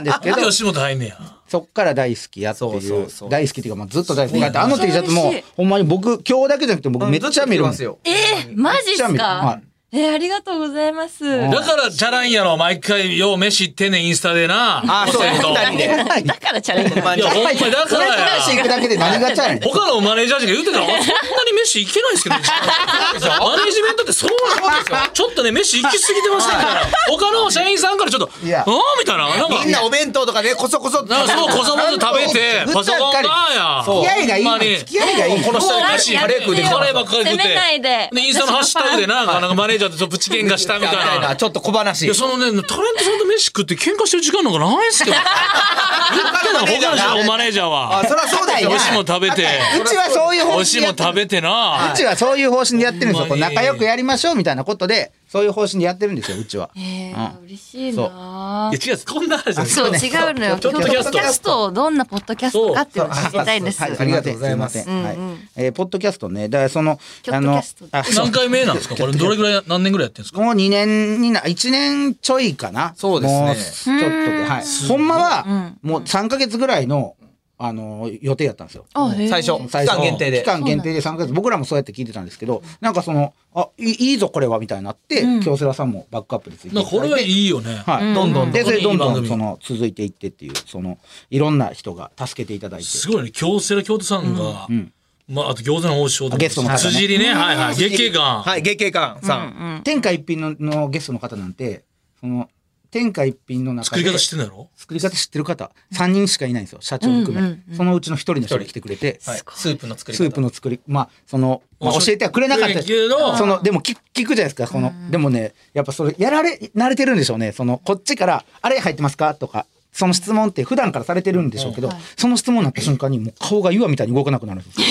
Speaker 3: んですけど
Speaker 1: なんで、吉本入んねや。
Speaker 3: そっから大好きやってい
Speaker 4: そうそう
Speaker 3: う
Speaker 4: そ。う
Speaker 3: 大好きっていうか、もうずっと大好き。だってあの T シャ
Speaker 2: めっ
Speaker 3: ツ
Speaker 2: ち
Speaker 3: も
Speaker 2: ゃ嬉しい、
Speaker 3: ほんまに僕、今日だけじゃなくて僕めっちゃ見る
Speaker 4: うんずと来て
Speaker 3: もん
Speaker 4: ますよ
Speaker 2: えー、マジっ
Speaker 3: めっちゃ見
Speaker 2: す
Speaker 3: るは
Speaker 2: かえー、ありがとうございます。
Speaker 3: ん
Speaker 1: だから、じゃらんやろ、毎回、よう飯行ってんねん、インスタでな。
Speaker 4: あそうや
Speaker 1: せんと
Speaker 4: 二人で
Speaker 2: だからチャレンジなんだ
Speaker 1: いや、ほんまにだからや
Speaker 3: 話行くだけで何がちゃうねん。
Speaker 1: 他のマネージャー陣が言うてたら、あそんなに飯行けないんですけど、マネージメントってそうなんですよ。ちょっとね、飯行き過ぎてますね、みたいな。他の社員さんからちょっと、
Speaker 3: いや
Speaker 1: ああみたいな。なんか、
Speaker 4: みんなお弁当とかねこそこそ
Speaker 1: なんかそう、こそこそ食べて、パソコンがや。
Speaker 3: 付き合いがい
Speaker 1: ほ
Speaker 3: いの
Speaker 1: んまに
Speaker 3: 付き合いがいいの
Speaker 1: この下に
Speaker 2: もう
Speaker 1: カシーカレー食うて
Speaker 2: や
Speaker 1: カ
Speaker 2: め
Speaker 1: レ
Speaker 2: てよ
Speaker 1: ーばっかり食うて
Speaker 2: 責めないで
Speaker 1: インスタのハッシュタグでななんかマネージャーとちょっとプチ喧嘩したみたい
Speaker 4: みたい
Speaker 1: な
Speaker 4: なちょっと小話
Speaker 1: いやそのねタレントさんと飯食って喧嘩してる時間なんかないっすけど他の他のマネージャーは
Speaker 4: あそりゃそうだ
Speaker 1: 美
Speaker 4: よ
Speaker 3: 美
Speaker 1: 味
Speaker 3: 味
Speaker 1: しいもん食べて
Speaker 3: うちはそういう方
Speaker 1: 美味しい
Speaker 3: 針で
Speaker 1: も
Speaker 3: や
Speaker 1: ん
Speaker 3: ってる
Speaker 1: 食べてな
Speaker 3: うちはそういう方針でやってるんです
Speaker 1: ほ
Speaker 3: よ。
Speaker 1: ん
Speaker 3: こ
Speaker 1: ま
Speaker 3: う
Speaker 1: に
Speaker 3: 仲良くやりましょうみたいなことで、そういう方針でやってるんですよ、うちは。
Speaker 2: えー、嬉しい
Speaker 3: そ
Speaker 2: ない
Speaker 1: や違うこんな話じゃない
Speaker 2: そう、違うのよ。
Speaker 1: ちょっとキャスト
Speaker 2: ポッドキャストをどんなポッドキャストかっていうのを知りたいんです。
Speaker 3: はい、ありがとうございます。
Speaker 2: んうん
Speaker 3: はい。えー、ポッドキャストね、だからその、あの
Speaker 2: キョットキャスト、
Speaker 3: あそう
Speaker 1: 何回目なんですかこれどれぐらい何年ぐらいやってんですか
Speaker 3: もう2年にな、1年ちょいかな。
Speaker 4: そうですね
Speaker 3: もちょっとで、はい。ほんまは、もう3ヶ月ぐらいの、あの、予定やったんですよ。
Speaker 2: あへー
Speaker 4: 最初
Speaker 3: 最初
Speaker 4: 期間限定で
Speaker 3: 期間限定で3ヶ月。僕らもそうやって聞いてたんですけど、なんかその、あ、いいいいぞこれは、みたいになって、京セラさんもバックアップでついていた
Speaker 1: な
Speaker 3: だいて
Speaker 1: これはいいよね
Speaker 3: はい。
Speaker 4: どんどん
Speaker 3: で、それどん
Speaker 1: いい番
Speaker 3: どん
Speaker 1: 組
Speaker 3: その続いていってっていう、その、いろんな人が助けていただいて。
Speaker 1: すごいね京セラ京都さんがまああと餃子の王将とか
Speaker 3: ゲストの方ね
Speaker 1: 辻りねはいはい月経が
Speaker 4: はい月経館さん
Speaker 3: 天下一品ののゲストの方なんて、その、天下一品の中
Speaker 1: 作
Speaker 3: で。
Speaker 1: り方知ってんだろ
Speaker 3: 作り方知ってる方3人しかいないんですよ社長含め、
Speaker 2: うん
Speaker 3: そのうちの1人の人が来てくれて、
Speaker 4: はいスープの作り
Speaker 3: ス
Speaker 4: 方
Speaker 3: ープの作りまあその、まあ
Speaker 1: おし
Speaker 3: 教えてはくれなかったです
Speaker 1: くれないけど
Speaker 3: そのでも聞聞くじゃないですかその、でもねやっぱそれやられ慣れてるんでしょうねそのこっちから「あれ入ってますか?」とかその質問って普段からされてるんでしょうけど、その質問になった瞬間にもう顔が岩みたいに動かなくなるん ですよ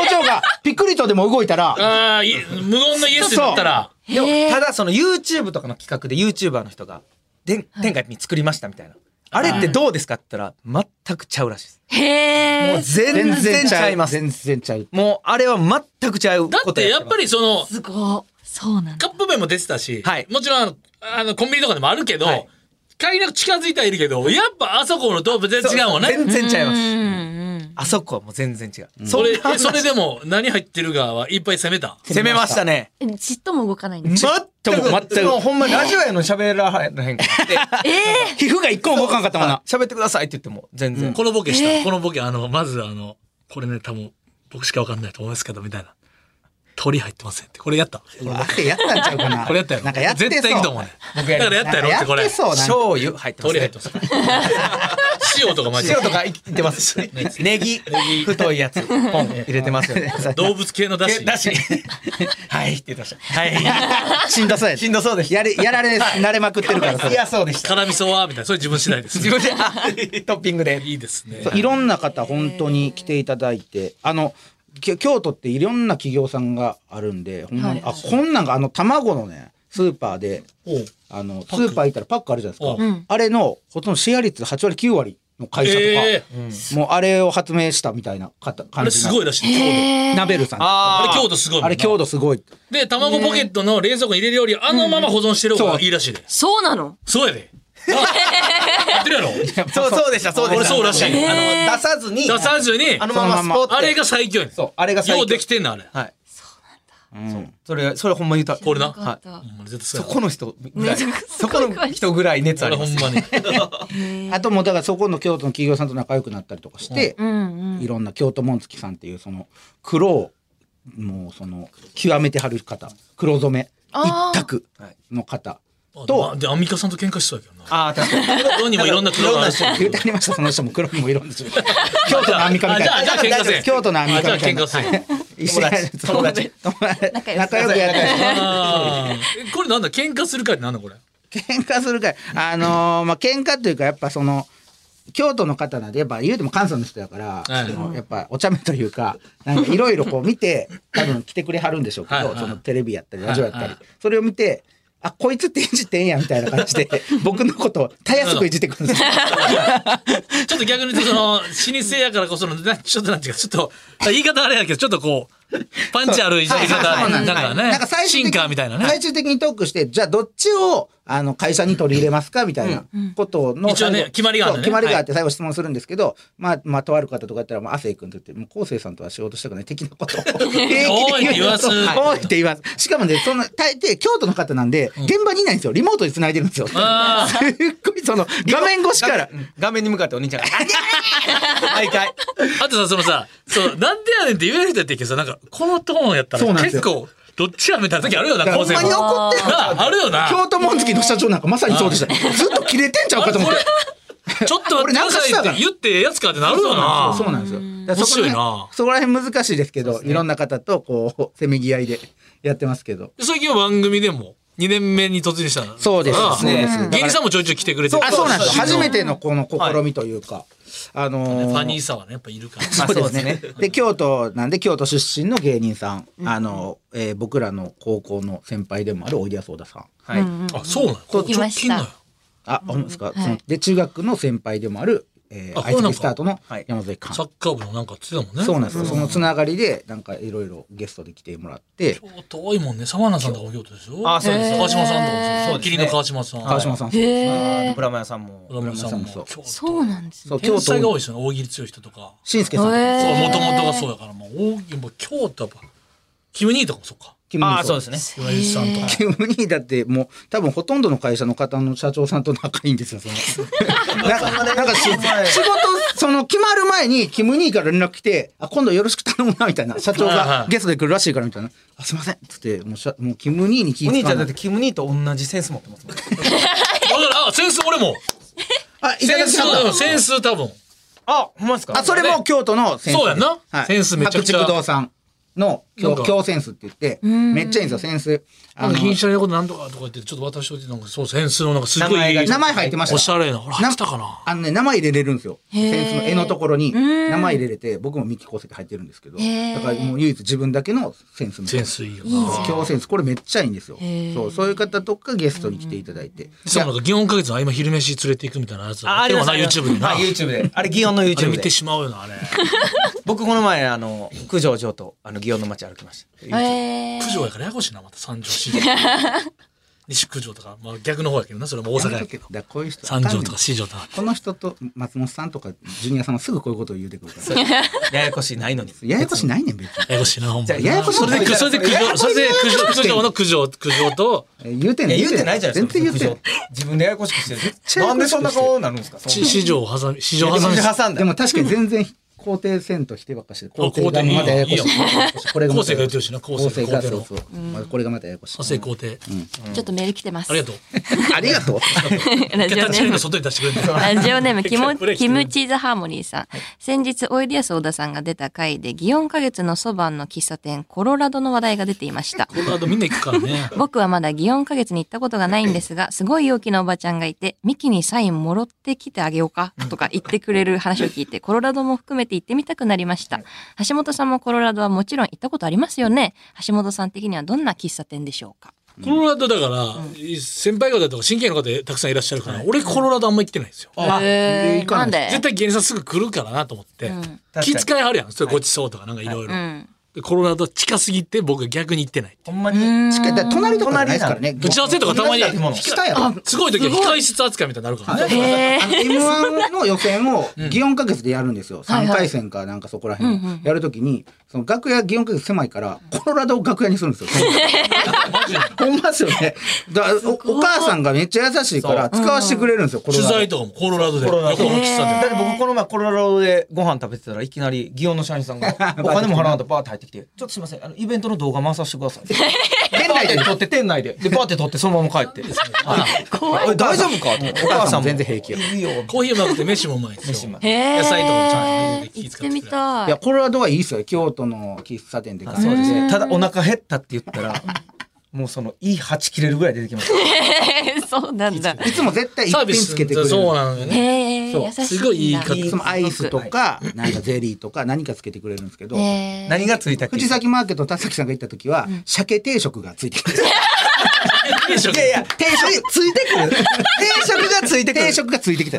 Speaker 3: 表情がピクリとでも動いたら
Speaker 1: ああ、い無言のイエスだったら。
Speaker 4: でも
Speaker 2: へー
Speaker 4: ただその YouTube とかの企画で YouTuber の人がで天下一品作りましたみたいなあれってどうですかって言ったら、全くちゃうらしいです。
Speaker 2: へ
Speaker 4: もう
Speaker 2: え。
Speaker 4: 全然ちゃいます。
Speaker 3: 全然ちゃう。
Speaker 4: もうあれは全くちゃう
Speaker 1: だ
Speaker 4: こ
Speaker 1: っ
Speaker 4: と
Speaker 1: てやっぱ
Speaker 4: り。
Speaker 1: りその
Speaker 2: すごい。そうなん
Speaker 1: カ
Speaker 2: だ。
Speaker 1: ップ麺も出てたし、
Speaker 4: はい
Speaker 1: もちろんあのあのコンビニとかでもあるけど、
Speaker 4: はい
Speaker 1: 買いなく近づいてはいるけどやっぱあそこのと全然違うもんね
Speaker 4: 全然ちゃいま
Speaker 2: う
Speaker 4: す。
Speaker 2: ん
Speaker 4: あそこはもう全然違う。
Speaker 1: それ
Speaker 4: んな
Speaker 1: えそれでも何入ってるかはいっぱい攻めた
Speaker 4: 攻めましたね。
Speaker 2: うん。ちっとも動かないんだ
Speaker 4: 全
Speaker 3: とも
Speaker 4: く、
Speaker 3: 全く
Speaker 4: もうほんまラジオやのに喋らへんのへんかって。
Speaker 3: 皮膚が一個も動かんかったもんな。
Speaker 4: 喋ってくださいって言っても全然。
Speaker 1: このボケした、
Speaker 2: えー
Speaker 1: このボケあのまずあのこれね多分僕しかわかんないと思いますけどみたいな鳥入ってませんってこれやった
Speaker 3: うわあれやったんちゃうか な。
Speaker 1: これやったやろ
Speaker 3: なんかやってそう。
Speaker 1: 絶対いいと思うねだ
Speaker 4: や
Speaker 1: か
Speaker 4: り
Speaker 1: らやったやろってこ
Speaker 3: なんかや
Speaker 1: れ
Speaker 3: ってそうなんか。
Speaker 4: 醤油入ってます
Speaker 1: 鳥
Speaker 4: ね
Speaker 1: 入ってます塩とかマジで
Speaker 4: 塩とかいってます。ネギ、太いやつ、ポン入れてますよね。
Speaker 1: 動物系のだし
Speaker 4: えだし。 はいって言ってました。は
Speaker 3: しんどそうや
Speaker 4: い。しんどそうでした。
Speaker 3: やれ、やられ、慣れまくってるから、そ
Speaker 4: い
Speaker 3: れ。
Speaker 4: やそうでした。
Speaker 1: 辛味噌はみたいなそれ自分次第です
Speaker 4: 自分であ トッピングで。
Speaker 1: いいですね
Speaker 3: そういろんな方、本当に来ていただいて、あの、き京都っていろんな企業さんがあるんで、ほんまに、
Speaker 2: はい
Speaker 3: あ、こんなんが、あの、卵のね、スーパーで、
Speaker 1: おう
Speaker 3: あの、ス
Speaker 1: ック
Speaker 3: ーパー行ったらパックあるじゃないですか。
Speaker 2: うん
Speaker 3: あれの、ほとんどシェア率8割、9割の会社とか、
Speaker 1: えー
Speaker 3: もうあれを発明したみたいな方
Speaker 1: あ
Speaker 3: 感
Speaker 1: れ
Speaker 3: じ
Speaker 1: す
Speaker 3: な
Speaker 1: ごいらしいね
Speaker 2: へえ。
Speaker 3: ナベルさん。
Speaker 1: あ
Speaker 4: あ
Speaker 1: れ
Speaker 4: ー
Speaker 1: 強度すごいもんな
Speaker 3: あれ、強度すごい。
Speaker 1: で卵ポケットの冷蔵庫に入れるよりあのまま保存してる方がいいらしいで
Speaker 2: そうなの
Speaker 1: そうやであ合ってるやろ
Speaker 4: そうそうでした。そうでした。
Speaker 1: 俺そうらしい
Speaker 4: あの
Speaker 2: へー
Speaker 4: 出さずに、
Speaker 1: 出さずに
Speaker 4: あのままスポッて
Speaker 1: あれが最強やねん
Speaker 4: そうあれが最強
Speaker 1: ようできてんなあれ
Speaker 4: はい。
Speaker 3: うん。
Speaker 4: それそれほんま言うた。
Speaker 1: これな
Speaker 2: よかった
Speaker 1: ほんまに絶対
Speaker 4: そ
Speaker 1: そうや
Speaker 4: この人ぐらい、
Speaker 2: ね
Speaker 4: そこの人ぐらい熱あ
Speaker 1: 俺
Speaker 4: り
Speaker 1: ほ
Speaker 4: ま
Speaker 1: ん
Speaker 4: す。
Speaker 1: まに
Speaker 3: あともうだからそこの京都の企業さんと仲良くなったりとかして、
Speaker 2: うんうん。
Speaker 3: いろんな京都紋付さんっていうその黒をもうその極めてはる方黒染め
Speaker 2: あ
Speaker 3: 一
Speaker 2: ー
Speaker 3: 択
Speaker 4: はい
Speaker 3: の方
Speaker 1: あ
Speaker 3: と
Speaker 1: まあでアンミカさんと喧嘩しそうや けどな
Speaker 4: ああ確かに。
Speaker 1: 黒にもいろんな黒があるし
Speaker 3: 言うてありましたその人も黒にもいろんな種類京都のアンミカみたいな
Speaker 1: あじゃあじゃあ喧嘩せん
Speaker 3: 京都のアンミカみた
Speaker 1: あ
Speaker 3: いな
Speaker 1: じゃあ喧嘩せん
Speaker 3: 一緒に
Speaker 4: 友達
Speaker 3: 友達
Speaker 2: 仲
Speaker 3: 仲
Speaker 2: 良く
Speaker 3: 良くやったり
Speaker 1: あーえこれなんだ喧嘩するかってなんだこれ
Speaker 3: 喧嘩するかあ のーまあ喧嘩というかやっぱその京都の方なんでやっぱ言うても関西の人だから、
Speaker 1: はい
Speaker 3: そのやっぱお茶目というかなんかいろいろこう見 て多分来てくれはるんでしょうけど
Speaker 1: はいはい
Speaker 3: そのテレビやったりラジオやったり、
Speaker 1: はいはい
Speaker 3: それを見てあこいつっていじってんやみたいな感じ で僕のことをたやすくいじってくるんですよ。
Speaker 1: ちょっと逆に言うとその老舗やからこそのなちょっとなんていうかちょっと言い方あれやけどちょっとこうパンチあるいじり方
Speaker 3: はいは
Speaker 1: な
Speaker 3: い
Speaker 1: ん
Speaker 3: は
Speaker 1: か
Speaker 3: い
Speaker 1: ね
Speaker 3: なんか最終
Speaker 1: シ
Speaker 3: 的
Speaker 1: ン
Speaker 3: に
Speaker 1: カーみたいなね
Speaker 3: 最終的にトークして、じゃあどっちを、あの、会社に取り入れますかみたいなことの。
Speaker 1: 一応ね
Speaker 3: 最後
Speaker 1: 決まりがあるんだね
Speaker 3: そう決まりがあって最後質問するんですけど、まあ、まあ、とある方とかやったら、まあ、亜生君って言って、もう、昴生さんとは仕事したくない的なこ とを。平気で
Speaker 1: おいって言わ す
Speaker 3: おいって言わす。しかもね、その、大抵、京都の方なんで、現場にいないんですよ。リモートで繋いでるんですよ。すっ
Speaker 1: あー
Speaker 3: ごい、その、画面越しから
Speaker 4: う。ん画面に向かってお兄 ちゃんが「毎回
Speaker 1: あとさ、そのさ、そう、なんでやねんって言える人やってんけどさ、なんか、このトーンやった
Speaker 3: そう
Speaker 1: ら
Speaker 3: なんです
Speaker 1: 結
Speaker 3: よ
Speaker 1: 構、どっちやみたいな時あるよな、構
Speaker 3: ほん
Speaker 1: 成
Speaker 3: ま
Speaker 1: も。
Speaker 3: に怒ってんの
Speaker 1: なあ、あるよな。
Speaker 3: 京都紋付きの社長なんかまさにそうでした。ずっと切れてんちゃうかと思って。
Speaker 1: ちょっと待ってくださいって言ってええやつかってなるよな。
Speaker 3: そうなんですよ。だか
Speaker 1: 面
Speaker 3: らそこ
Speaker 1: 白い
Speaker 3: ら辺
Speaker 1: な
Speaker 3: そこら辺難しいですけど、いろんな方とこう、せめぎ合いでやってますけど。
Speaker 1: 最近は番組でも、2年目に突入した
Speaker 3: そうです。
Speaker 1: ああ
Speaker 3: そうです。だから
Speaker 1: 芸人さんもちょいちょい来てくれてる
Speaker 3: あ、そうなんですよ。
Speaker 1: フ
Speaker 3: 初めてのこの試みというか、あのー
Speaker 1: ァニーさはね、やっぱいるから。
Speaker 3: そうです
Speaker 4: まあ
Speaker 3: ね
Speaker 4: そう。
Speaker 3: で、京都なんで、京都出身の芸人さん、あの、えー僕らの高校の先輩でもある、おいでやそうださん。
Speaker 4: はい
Speaker 1: あ、そうなのこれ直近なのよ。
Speaker 3: あ、ほんまですか。
Speaker 2: い
Speaker 3: そので、中学の先輩でもある、えー、
Speaker 1: あ
Speaker 3: 愛知スタートの
Speaker 4: はい
Speaker 3: 山添寛
Speaker 1: サ。ッカー部のなんかつってたもんね。
Speaker 3: そうなんですよ。そのつながりで、なんかいろいろゲストで来てもらって、
Speaker 1: 京都多いもんね。サマナさんとかも京都でしょ
Speaker 4: あそうです
Speaker 1: 川島さんとかもそう
Speaker 4: そうですね
Speaker 1: 霧の川島さん。
Speaker 3: 川島さん、そう
Speaker 2: へえ。
Speaker 4: ブラマヤさんも
Speaker 1: 小田村さんも
Speaker 3: 小田村さんもそう
Speaker 1: 京都
Speaker 2: そうなんですね。
Speaker 3: そう
Speaker 1: 天
Speaker 3: 京
Speaker 1: 才が多
Speaker 3: 都、
Speaker 1: いですよね大喜利強い人とか
Speaker 3: しんすけさんと
Speaker 2: へ
Speaker 3: か
Speaker 2: ー。
Speaker 1: そうもともとがそうだからもう大喜利もう京都やっぱキム兄とかもそうか
Speaker 3: キム
Speaker 4: ああ
Speaker 3: 兄
Speaker 4: そ
Speaker 3: そうう
Speaker 4: で
Speaker 3: ですす。
Speaker 4: ね
Speaker 1: 岩井さんとか
Speaker 3: キム兄だってもう多分ほとんどの会社の方の社長さんと仲いいんですよ。そのなんかなんかし仕事その決まる前にキム兄から連絡来てあ今度よろしく頼むなみたいな社長
Speaker 1: はいは
Speaker 3: が
Speaker 1: い
Speaker 3: ゲストで来るらしいからみたいなあすいませんっつってもうしゃもうキム兄に聞い
Speaker 4: お
Speaker 3: て
Speaker 4: 兄ちゃんだってキム兄と同じセンス持ってますもん
Speaker 1: だからあセンス俺も
Speaker 3: あいた
Speaker 1: セ
Speaker 3: だ
Speaker 1: ン
Speaker 3: き
Speaker 1: ス
Speaker 3: ま
Speaker 1: うん
Speaker 3: し
Speaker 1: センス多分
Speaker 4: あほんまですか
Speaker 3: たあそれも京都の先生
Speaker 1: そうやんなセンスめちゃくちゃ
Speaker 3: 白竹堂さんの
Speaker 1: なん
Speaker 3: 強
Speaker 1: か
Speaker 3: 強センスって言って、
Speaker 2: ん
Speaker 3: めっちゃいいんですよ、センス。あ
Speaker 1: なん
Speaker 3: の
Speaker 1: か気にしないことなんとかとか言って、ちょっと渡しといて、なんかそう、センスのなんかすごいいい、
Speaker 3: 名前入ってました。
Speaker 1: おしゃれな。ほら、入ってたかな。
Speaker 3: あのね、名前入れれるんですよ。
Speaker 2: へー
Speaker 3: センスの絵のところに
Speaker 2: うん
Speaker 3: 名前入れれて、僕もミキ構成って入ってるんですけど、
Speaker 2: へー
Speaker 3: だからもう唯一自分だけのセンスみたい
Speaker 1: セ
Speaker 3: な
Speaker 1: ン。スいいよ
Speaker 2: いい
Speaker 1: な。
Speaker 3: 強センス、これめっちゃいいんですよ
Speaker 2: へー。
Speaker 3: そう、そういう方とかゲストに来ていただいて。
Speaker 1: そうなんか、祇園か月の合間昼飯連れて行くみたいなやつ
Speaker 4: あ、ありま
Speaker 1: も
Speaker 4: す
Speaker 1: な、
Speaker 4: あります
Speaker 1: YouTube でな。
Speaker 4: あ
Speaker 1: あ
Speaker 4: YouTube で。あれ、祇園の
Speaker 1: れ
Speaker 4: YouTube
Speaker 1: 見
Speaker 4: で
Speaker 1: て。しまうよな、あれ。
Speaker 4: 僕、この前、あの、九条城と、あの、祇園の街歩きました。
Speaker 2: え
Speaker 1: 九条やからややこしいな、また三条 四条。西九条とか、まあ逆の方やけどな、それも大阪
Speaker 3: や
Speaker 1: や
Speaker 3: めと
Speaker 1: けど。
Speaker 3: だからこういう人
Speaker 1: 三条と
Speaker 3: あ
Speaker 1: か
Speaker 3: んねん
Speaker 1: 四条とか。
Speaker 3: この人と松本さんとかジュニアさんはすぐこういうことを言うてくるから。
Speaker 4: ややこしいないのに。
Speaker 3: ややこしないねん、別に。
Speaker 1: ややこしいな、ほんまに。
Speaker 3: じゃあややこしい
Speaker 1: それで、それで九
Speaker 3: やや
Speaker 1: 条、
Speaker 3: こしい
Speaker 1: それで九条、九条の九条、九条 と、
Speaker 3: え言うてん
Speaker 4: い
Speaker 3: ね
Speaker 4: や、
Speaker 3: ん
Speaker 4: 言うてないじゃないですか。
Speaker 3: 全然言うて
Speaker 4: 九条自分でややこしくして
Speaker 3: ち
Speaker 4: る。
Speaker 3: ゃや
Speaker 4: なん
Speaker 3: こ
Speaker 4: で
Speaker 3: しくして
Speaker 4: そ
Speaker 3: る
Speaker 4: んな顔になるんですか。そん
Speaker 1: し四条を挟み、四条を
Speaker 4: な
Speaker 1: 挟み。
Speaker 4: 口挟ん
Speaker 3: ん。
Speaker 4: だ
Speaker 3: で。も確かに全然肯定せんと否定ばっかしてる。
Speaker 1: あ
Speaker 3: 肯定がまたややこし
Speaker 1: 肯定いいよいいよ
Speaker 3: い。これまた
Speaker 1: 肯定
Speaker 3: ややこしい
Speaker 1: が言ってるしな肯定
Speaker 3: 肯定
Speaker 1: 肯
Speaker 3: が
Speaker 1: 定
Speaker 3: そ
Speaker 1: の
Speaker 3: うそう。まあこれがまたややこしい。
Speaker 1: 長谷皇帝。
Speaker 2: ー、ちょっとメール来てます。
Speaker 1: あり がとう。
Speaker 3: ありがと う。
Speaker 2: ラジ
Speaker 1: ケ
Speaker 2: オ
Speaker 1: タ
Speaker 2: ネ
Speaker 1: チリ
Speaker 2: ーム
Speaker 1: の。外に出してくれてた。
Speaker 2: ラジオ ネームキム
Speaker 1: ブレーキ
Speaker 2: キムチーズハーモニーさん、先日おいでやす小田さんが出た回で祇園花月のそばの喫茶店コロラドの話題が出ていました
Speaker 1: この後みんな行くからね。
Speaker 2: 僕はまだ祇園花月に行ったことがないんですが、すごい陽気なおばちゃんがいて、ミキにサインもろってきてあげようかとか言ってくれる話を聞いて、コロラドも含めて行ってみたくなりました。橋本さんもコロラドはもちろん行ったことありますよね。橋本さん的にはどんな喫茶店でしょうか
Speaker 1: コロラドだから、先輩方とか、新規の方たくさんいらっしゃるから、俺コロラドあんま行ってないんですよ。
Speaker 3: あえーいか
Speaker 2: な
Speaker 3: ない
Speaker 2: んで
Speaker 1: 絶対芸人さんすぐ来るからなと思って、
Speaker 2: ん
Speaker 1: 気遣いはるやんそれごちそうとかなんかいろいろ
Speaker 2: うん。
Speaker 1: コロナと近すぎて僕逆に行ってない
Speaker 4: ほんまに。
Speaker 3: しっかりだから隣とかじゃないですからね。
Speaker 1: 打ち合わせとかたまに
Speaker 4: 同じ建物
Speaker 1: 控
Speaker 3: 下やろ
Speaker 1: あすごい時は控室扱いみたいになるからね、
Speaker 2: へー
Speaker 3: M1 の予選を祇園か月でやるんですよ。
Speaker 2: はいはい
Speaker 3: 3回戦かなんかそこら辺
Speaker 2: うんうん
Speaker 3: やるときに、その楽屋、祇園か月狭いから、コロラドを楽屋にするんですよ。 ほんまですよね。だからおお母さんがめっちゃ優しいから、使わせてくれるんですよ、コロ
Speaker 1: 取材。
Speaker 3: ラド
Speaker 1: とかもコロラドで
Speaker 4: コロラド
Speaker 1: 横浜喫茶
Speaker 4: だっ
Speaker 1: 店
Speaker 4: て僕この前コロラドでご飯食べてたらいきなり祇園の社員さん がお金も払わなとバーって入ってきて「ちょっとすいませんあのイベントの動画回させてください」店内で撮って店内ででバーって撮ってそのまま帰 って「はいおい大丈夫か?」ってお母さんも
Speaker 3: 全然平気よ
Speaker 4: いいよ
Speaker 1: コーヒーうまくて飯もうまいんです
Speaker 4: 飯
Speaker 1: よ
Speaker 4: も
Speaker 2: へー
Speaker 1: 野菜とかもちゃんと入れて気遣
Speaker 2: 行
Speaker 1: っ
Speaker 2: ってて
Speaker 1: くれる
Speaker 2: みた
Speaker 3: いや、
Speaker 2: い。
Speaker 3: コロラドはいいですよ。京都の喫茶店で。
Speaker 4: そうですねただお腹減ったって言ったらもうそのいい鉢切れるぐらい出てきました
Speaker 2: えーそうなんだ。
Speaker 3: いつも絶対一
Speaker 1: サー
Speaker 3: 品
Speaker 1: ビス
Speaker 3: つけてくれる。
Speaker 1: そうなのよ
Speaker 2: へ
Speaker 1: ね
Speaker 2: え、
Speaker 3: そう
Speaker 2: 優しいんだ。
Speaker 1: すごいいい方
Speaker 3: いつもアイスと
Speaker 2: す
Speaker 3: か、なんかゼリーとか何かつけてくれるんですけど
Speaker 2: ごく。、へー。
Speaker 4: 何がついたっけ
Speaker 3: 藤崎マーケット田崎さんが行った時は、鮭定食がついてくる。
Speaker 1: 定食
Speaker 4: いや いや定食ついてくる定食がついてくる
Speaker 3: 定食がついてきた。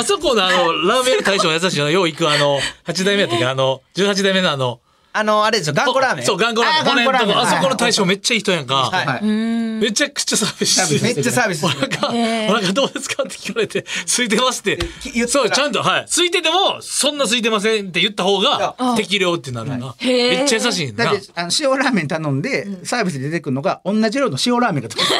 Speaker 1: あそこのあのラーメン屋の大将の優しいのよう行くあの8代目やったっけあの18代目のあの
Speaker 4: あのあれでしょ頑固ラーメン
Speaker 1: そう頑固ラーメン
Speaker 3: あー頑固ラーメン
Speaker 1: あそこの大将めっちゃいい人やんか、
Speaker 4: はい
Speaker 3: はいう
Speaker 2: ーん。
Speaker 1: めちゃくちゃサービス
Speaker 3: サー
Speaker 1: し
Speaker 3: ビス
Speaker 1: て
Speaker 4: めっちゃサービス
Speaker 1: お
Speaker 4: する
Speaker 1: 腹、
Speaker 2: えー
Speaker 1: お腹どうですかって聞かれて、空いてますって
Speaker 4: き言。った
Speaker 1: そ
Speaker 4: ら
Speaker 1: う、ちゃんと、はい。空いてても、そんな空いてませんって言った方が
Speaker 2: あ、
Speaker 1: 適量ってなるな。
Speaker 2: へー
Speaker 1: めっちゃ優しいな
Speaker 3: だ。ってあの塩ラーメン頼んでサービスで出てくるのが同じ量の塩ラーメンが出てく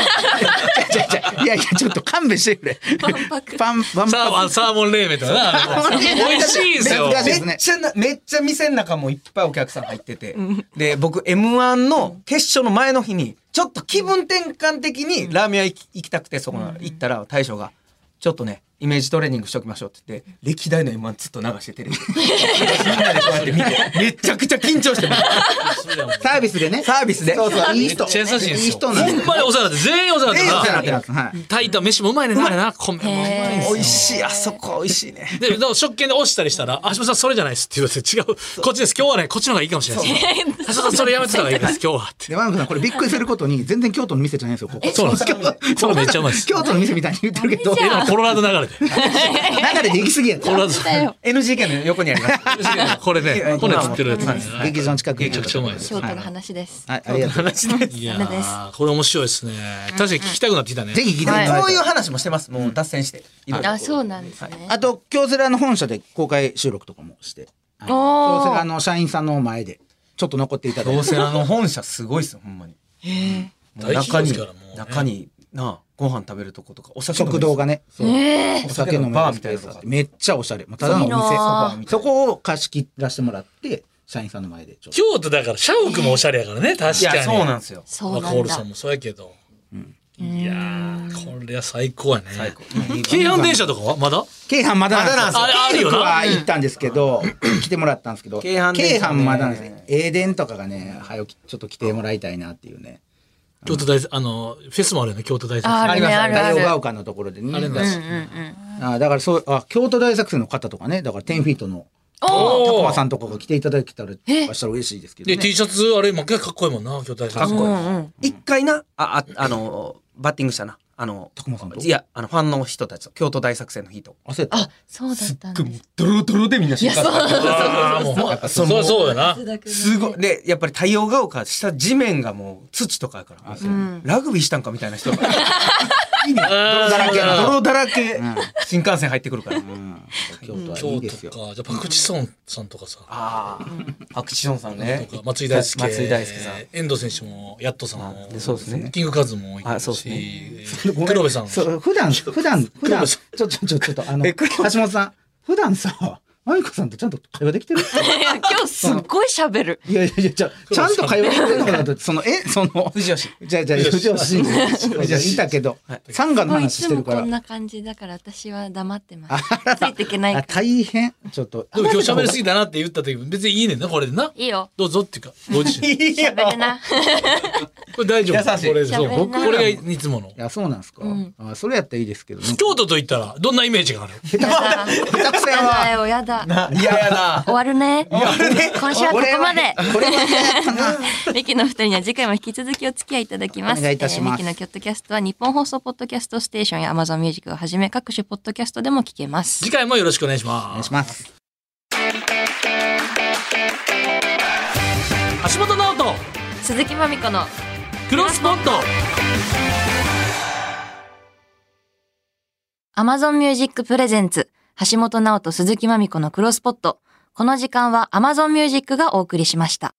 Speaker 3: るいやいやちょっと勘弁してくれ
Speaker 2: パンパク
Speaker 3: パンパン
Speaker 1: サーモ
Speaker 3: パ
Speaker 1: ン、サーモン冷麺とかな。美味しいんすよ。
Speaker 3: 懐かしい
Speaker 4: めっちゃな、めっちゃ店の中もいっぱいお客さん入ってて。で、僕 M1 の決勝の前の日に、ちょっと気分転換的にラーメン屋行き行きたくて、そこの行ったら大将が、ちょっとね、イメージトレーニングしときましょうって言って、歴代の M1 ずっと流してテレビで。みんなでこうやって見て、めちゃくちゃ緊張してます。
Speaker 3: ンサービスでね
Speaker 4: サービスで。
Speaker 3: そうそういい
Speaker 1: めっ
Speaker 3: 人
Speaker 1: ちゃ優しいんで
Speaker 3: いい
Speaker 1: すよ。ほ
Speaker 3: 人
Speaker 1: ん
Speaker 3: なんです
Speaker 1: まにお世話になって、全員お世話になって
Speaker 3: な
Speaker 1: な。
Speaker 3: ってますはい
Speaker 1: 炊いた飯もうまいねんな、あれな。米もうまいねんな
Speaker 4: 美味しい、あそこ美味しいね。
Speaker 1: で、でも食券で押したりしたら、あ橋本さんそれじゃないですって言われて、違う、こっちです。今日はね、こっちの方がいいかもしれないです。橋本さんそれやめてた方がいいです、今日はって。
Speaker 3: でワンコさんこれびっくりすることに全然京都の店じゃないんですよここ
Speaker 1: そうなんです
Speaker 3: 京都
Speaker 1: これめっちゃうまいです
Speaker 3: 京都の店みたいに言ってるけど
Speaker 1: え、でもコロラド流れで。
Speaker 3: 中でで行き過ぎや
Speaker 1: コロラド。
Speaker 2: だよ。
Speaker 4: NGK の横にあります。
Speaker 1: これね、これ釣ってるやつなんですね。
Speaker 3: 劇場の近くに
Speaker 1: めちゃくちゃうまいです
Speaker 2: ショートの話です。
Speaker 3: はいありがとう
Speaker 1: い
Speaker 2: ダメです
Speaker 1: やーこれ面白いですね。確かに聞きたくなってきたね。
Speaker 3: ぜひ聞いてみてください
Speaker 4: こういう話もしてます。もう脱線して。
Speaker 2: あ、そうなんですね。
Speaker 3: あと京セラの本社で公開収録とかもしてあの
Speaker 2: おー
Speaker 3: 京セラの社員さんの前でちょっと残っていただい
Speaker 4: ど
Speaker 3: て
Speaker 4: うせあの本社すごいっすよ、ほんまに。もう
Speaker 1: 大
Speaker 4: 中
Speaker 1: 企業です
Speaker 4: に
Speaker 1: からもうね、
Speaker 4: 中に、なあ、ご飯食べるとことか、お酒飲める
Speaker 3: 食堂がねそう
Speaker 2: ええ
Speaker 3: お
Speaker 4: お
Speaker 3: 酒
Speaker 4: 酒
Speaker 3: 飲め
Speaker 4: 飲め
Speaker 3: る
Speaker 4: る
Speaker 3: バー
Speaker 4: ス
Speaker 3: みた
Speaker 4: ペ
Speaker 3: いなと
Speaker 4: ースと
Speaker 3: こ
Speaker 4: か
Speaker 3: あってめっちゃおしゃれもうただのお
Speaker 2: いいな
Speaker 3: 店
Speaker 2: あ
Speaker 4: みたい
Speaker 3: そこを貸し切らせてもらって社員さんの前でちょっと
Speaker 1: 京都だから、社屋もおしゃれやからね、確
Speaker 4: い
Speaker 1: かに。
Speaker 4: や、そうなんですよ。
Speaker 2: そう
Speaker 1: まあ
Speaker 2: な
Speaker 1: コー
Speaker 2: ん
Speaker 1: ルさん
Speaker 2: だ。
Speaker 1: もそうやけど。いやー、これは最高やね。
Speaker 4: 最高。
Speaker 1: 京阪電車とかはまだ
Speaker 3: 京阪まだ
Speaker 4: まだなんですよ
Speaker 1: ああるよ
Speaker 3: 京
Speaker 1: な
Speaker 3: 阪は行ったんですけど来てもらったんですけど
Speaker 4: 京阪電車ね
Speaker 3: 京阪まだなんですねええでんとかがね、早起き、ちょっと来てもらいたいなっていうね。
Speaker 1: 京都大あのフェスもあるよね京都大作
Speaker 2: あ
Speaker 1: 戦
Speaker 2: るね
Speaker 3: あ
Speaker 2: あ
Speaker 3: り
Speaker 2: る
Speaker 3: ま
Speaker 2: あ
Speaker 3: す
Speaker 2: る
Speaker 3: ね。大王が丘のところでね。
Speaker 1: あれね
Speaker 3: だし
Speaker 2: うんうん
Speaker 3: あだからそう、あ、京都大作戦の方とかね、だから10フィートの、
Speaker 2: おー
Speaker 3: 高間さんとかが来ていただけたら、とかしたら嬉しいですけど
Speaker 1: で、
Speaker 3: ね。
Speaker 1: T シャツあれ負けかっこいいもんな京都大作
Speaker 4: かっ
Speaker 1: 戦
Speaker 4: こいい
Speaker 2: うんうん
Speaker 4: 一回なあああのバッティングしたなあの
Speaker 3: 徳間さんと
Speaker 4: いやあのファンの人たちと京都大作戦の日と
Speaker 3: 焦った。
Speaker 2: あそうだったんだ
Speaker 4: ドロドロでみんな知った
Speaker 1: ああもう
Speaker 4: やっぱ
Speaker 1: そ
Speaker 4: そ
Speaker 1: りゃ
Speaker 4: の
Speaker 1: そうよな
Speaker 4: すごいでやっぱり太陽が丘下地面がもう土とかやから
Speaker 2: うん
Speaker 4: ラグビーしたんかみたい な人が
Speaker 1: あー
Speaker 3: だらけの
Speaker 4: 泥だらけ
Speaker 3: ん
Speaker 4: 新幹線入ってくるから
Speaker 3: うん京都はい
Speaker 1: 京
Speaker 3: いです
Speaker 1: 都
Speaker 3: よ。
Speaker 1: かじゃあパクチソンさんとかさ
Speaker 4: ああアクションさんね
Speaker 1: とか松井大輔
Speaker 4: 松井大輔さん
Speaker 1: 遠藤選手もヤットさんも
Speaker 4: あでそうですね
Speaker 1: キングカズも多い
Speaker 4: あそうです
Speaker 1: し
Speaker 4: ね
Speaker 1: えー黒部さん
Speaker 3: そう普段普段普段
Speaker 1: 部
Speaker 3: ち
Speaker 1: さ
Speaker 3: ょちょちょちょっとあの
Speaker 4: え
Speaker 3: 橋
Speaker 4: 黒部
Speaker 3: 本さん普段さマイコさんとちゃんと会話できてる？
Speaker 2: いや今日すっごい喋る
Speaker 3: いやいやいやじゃあちゃんと会話できてるのかなとそのえその
Speaker 4: 藤吉
Speaker 3: じゃあじゃあ藤吉信いたけどサンガの
Speaker 2: もうい
Speaker 3: 話
Speaker 2: つ
Speaker 3: して
Speaker 2: も
Speaker 3: るか
Speaker 2: こん
Speaker 3: ら
Speaker 2: な感じだから私は黙っ てますついていけない
Speaker 3: あ
Speaker 2: から
Speaker 3: 大変ちょっと
Speaker 1: でも今日喋りす
Speaker 3: ぎ
Speaker 1: ぎだなって言った時別にいいねんなこれでない
Speaker 2: いよ
Speaker 1: どうぞっていうかご自身
Speaker 4: いや
Speaker 2: 喋る な
Speaker 1: これ大丈夫
Speaker 4: 優しい
Speaker 1: これそう
Speaker 2: 喋れない
Speaker 1: これがいつもの
Speaker 3: いやそうなんですか
Speaker 2: ん
Speaker 3: あそれやったらいいですけどね
Speaker 1: 京都と言ったらどんなイメージがある
Speaker 3: 下手
Speaker 2: や
Speaker 3: 下手くそや
Speaker 2: だやだよ
Speaker 3: わ
Speaker 2: やだ
Speaker 4: ないややな
Speaker 2: 終わるね今週はここまで
Speaker 3: これはね
Speaker 2: ミキのお二人には次回も引き続きお付き合いいただきます。
Speaker 3: お願いいたします
Speaker 2: えーミキのキョットキャストは日本放送ポッドキャストステーションや Amazon ミュージックをはじめ各種ポッドキャストでも聞けます。
Speaker 1: 次回もよろしくお願いし
Speaker 3: お
Speaker 1: ま
Speaker 3: 願い
Speaker 1: す
Speaker 3: します
Speaker 1: 橋本直人
Speaker 2: 鈴木まみこの
Speaker 1: クロスポット
Speaker 2: Amazon ミュージックプレゼンツ橋本直人鈴木まみこのクロスポット。この時間は Amazon ミュージックがお送りしました。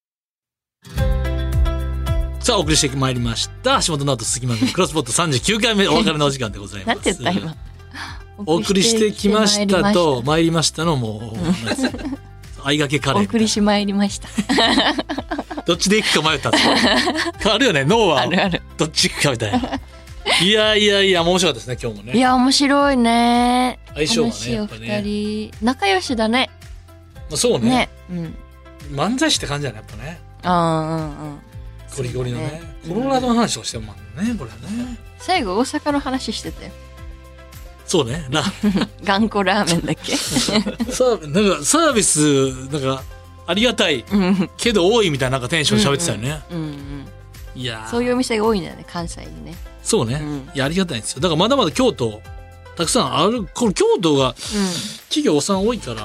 Speaker 1: さあお送りしてまいりました橋本直人鈴木まみのクロスポット39回目お別れのお時間でございま
Speaker 2: な
Speaker 1: す
Speaker 2: んて言った今。
Speaker 1: お送りしてきましたと参りましたのもう相 掛けカレー
Speaker 2: お
Speaker 1: み
Speaker 2: 送
Speaker 1: たい
Speaker 2: りしまいりました。
Speaker 1: などっちで行くか迷 ったんですよあるよね脳は
Speaker 2: あるある。
Speaker 1: どっち行くかみたいないやいやいや面白かったですね今日も
Speaker 2: い
Speaker 1: ね
Speaker 2: や、面白いね。
Speaker 1: 相性がね
Speaker 2: 楽しいお
Speaker 1: やっぱ
Speaker 2: 二人。仲良しだね。
Speaker 1: まあそうね
Speaker 2: ね。うん。
Speaker 1: 漫才師って感じだねやっぱね
Speaker 2: あーうんうん。
Speaker 1: ゴリゴリのね
Speaker 2: そうだね
Speaker 1: コロナの話をしてもらうねこれね
Speaker 2: 最後大阪の話してたよ
Speaker 1: そうねな
Speaker 2: 頑固ラーメンだ っけ
Speaker 1: サーなんかサービスなんかありがたい
Speaker 2: うん
Speaker 1: けど多いみたいななんかテンションで喋ってたよね、
Speaker 2: うんうん
Speaker 1: いやー
Speaker 2: そういうお店が多いんだよね関西にね
Speaker 1: そうね、
Speaker 2: うん
Speaker 1: いやありがたいんですよだからまだまだ京都たくさんあるこの京都が企業さん多いか
Speaker 2: うんう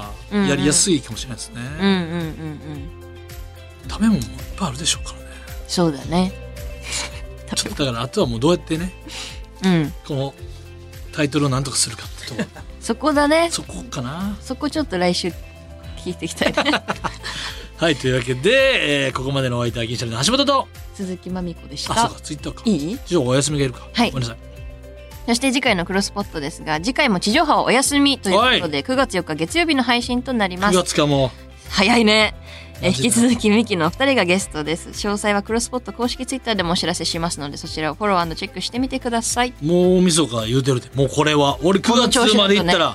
Speaker 1: ら
Speaker 2: ん
Speaker 1: やりやすいかもしれないですね、
Speaker 2: うんうんうんうん
Speaker 1: 食べ物もいっぱいあるでしょうからね
Speaker 2: そうだね
Speaker 1: ちょっとだからあとはもうどうやってね
Speaker 2: うん
Speaker 1: このタイトルをなんとかするかって とこ
Speaker 2: そこだね
Speaker 1: そこかな
Speaker 2: そこちょっと来週聞いていきたい ね
Speaker 1: はいというわけで、えーここまでのお相手は銀シャリの橋本と
Speaker 2: 鈴木まみこでし
Speaker 1: あそ
Speaker 2: た
Speaker 1: うかツイッターか
Speaker 2: いい
Speaker 1: 以上お休みがいるか、
Speaker 2: はい
Speaker 1: ごめんなさい
Speaker 2: そして次回のクロスポットですが次回も地上波はお休みということで9月4日月曜日の配信となりま
Speaker 1: 9
Speaker 2: す
Speaker 1: 月かも
Speaker 2: 早いね。え
Speaker 1: マ
Speaker 2: 引
Speaker 1: ジで
Speaker 2: き続きミキのお二人がゲストです。詳細はクロスポット公式ツイッターでもお知らせしますのでそちらをフォローチェックしてみてください。
Speaker 1: もう大晦日言うてるでもうこれは俺
Speaker 2: この
Speaker 1: 9
Speaker 2: 調
Speaker 1: 月
Speaker 2: 子
Speaker 1: までいったら、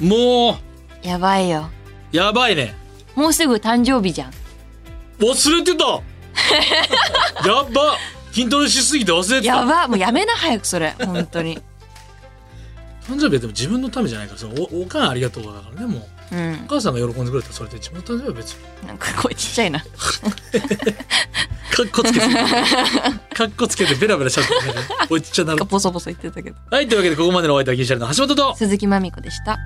Speaker 1: も
Speaker 2: やばいよ。
Speaker 1: うやばいね
Speaker 2: もうすぐ誕生日じゃん。
Speaker 1: 忘れて たやっば筋トレしすぎて忘れてた
Speaker 2: やばもうやめな早くそれ本当に。
Speaker 1: 誕生日はでも自分のためじゃないからそのおおかんありがとうだからねもう
Speaker 2: うん
Speaker 1: お母さんが喜んでくれたらそれで自分の誕生日は別に
Speaker 2: なんか声ちっちゃいな。
Speaker 1: かっこ つけてかっこつけてベラベラしゃべってるおいちっちゃな
Speaker 2: なん
Speaker 1: る
Speaker 2: かボソボソ言ってたけど。
Speaker 1: はいというわけでここまでのお相手は銀シャリの橋本と
Speaker 2: 鈴木まみこでした。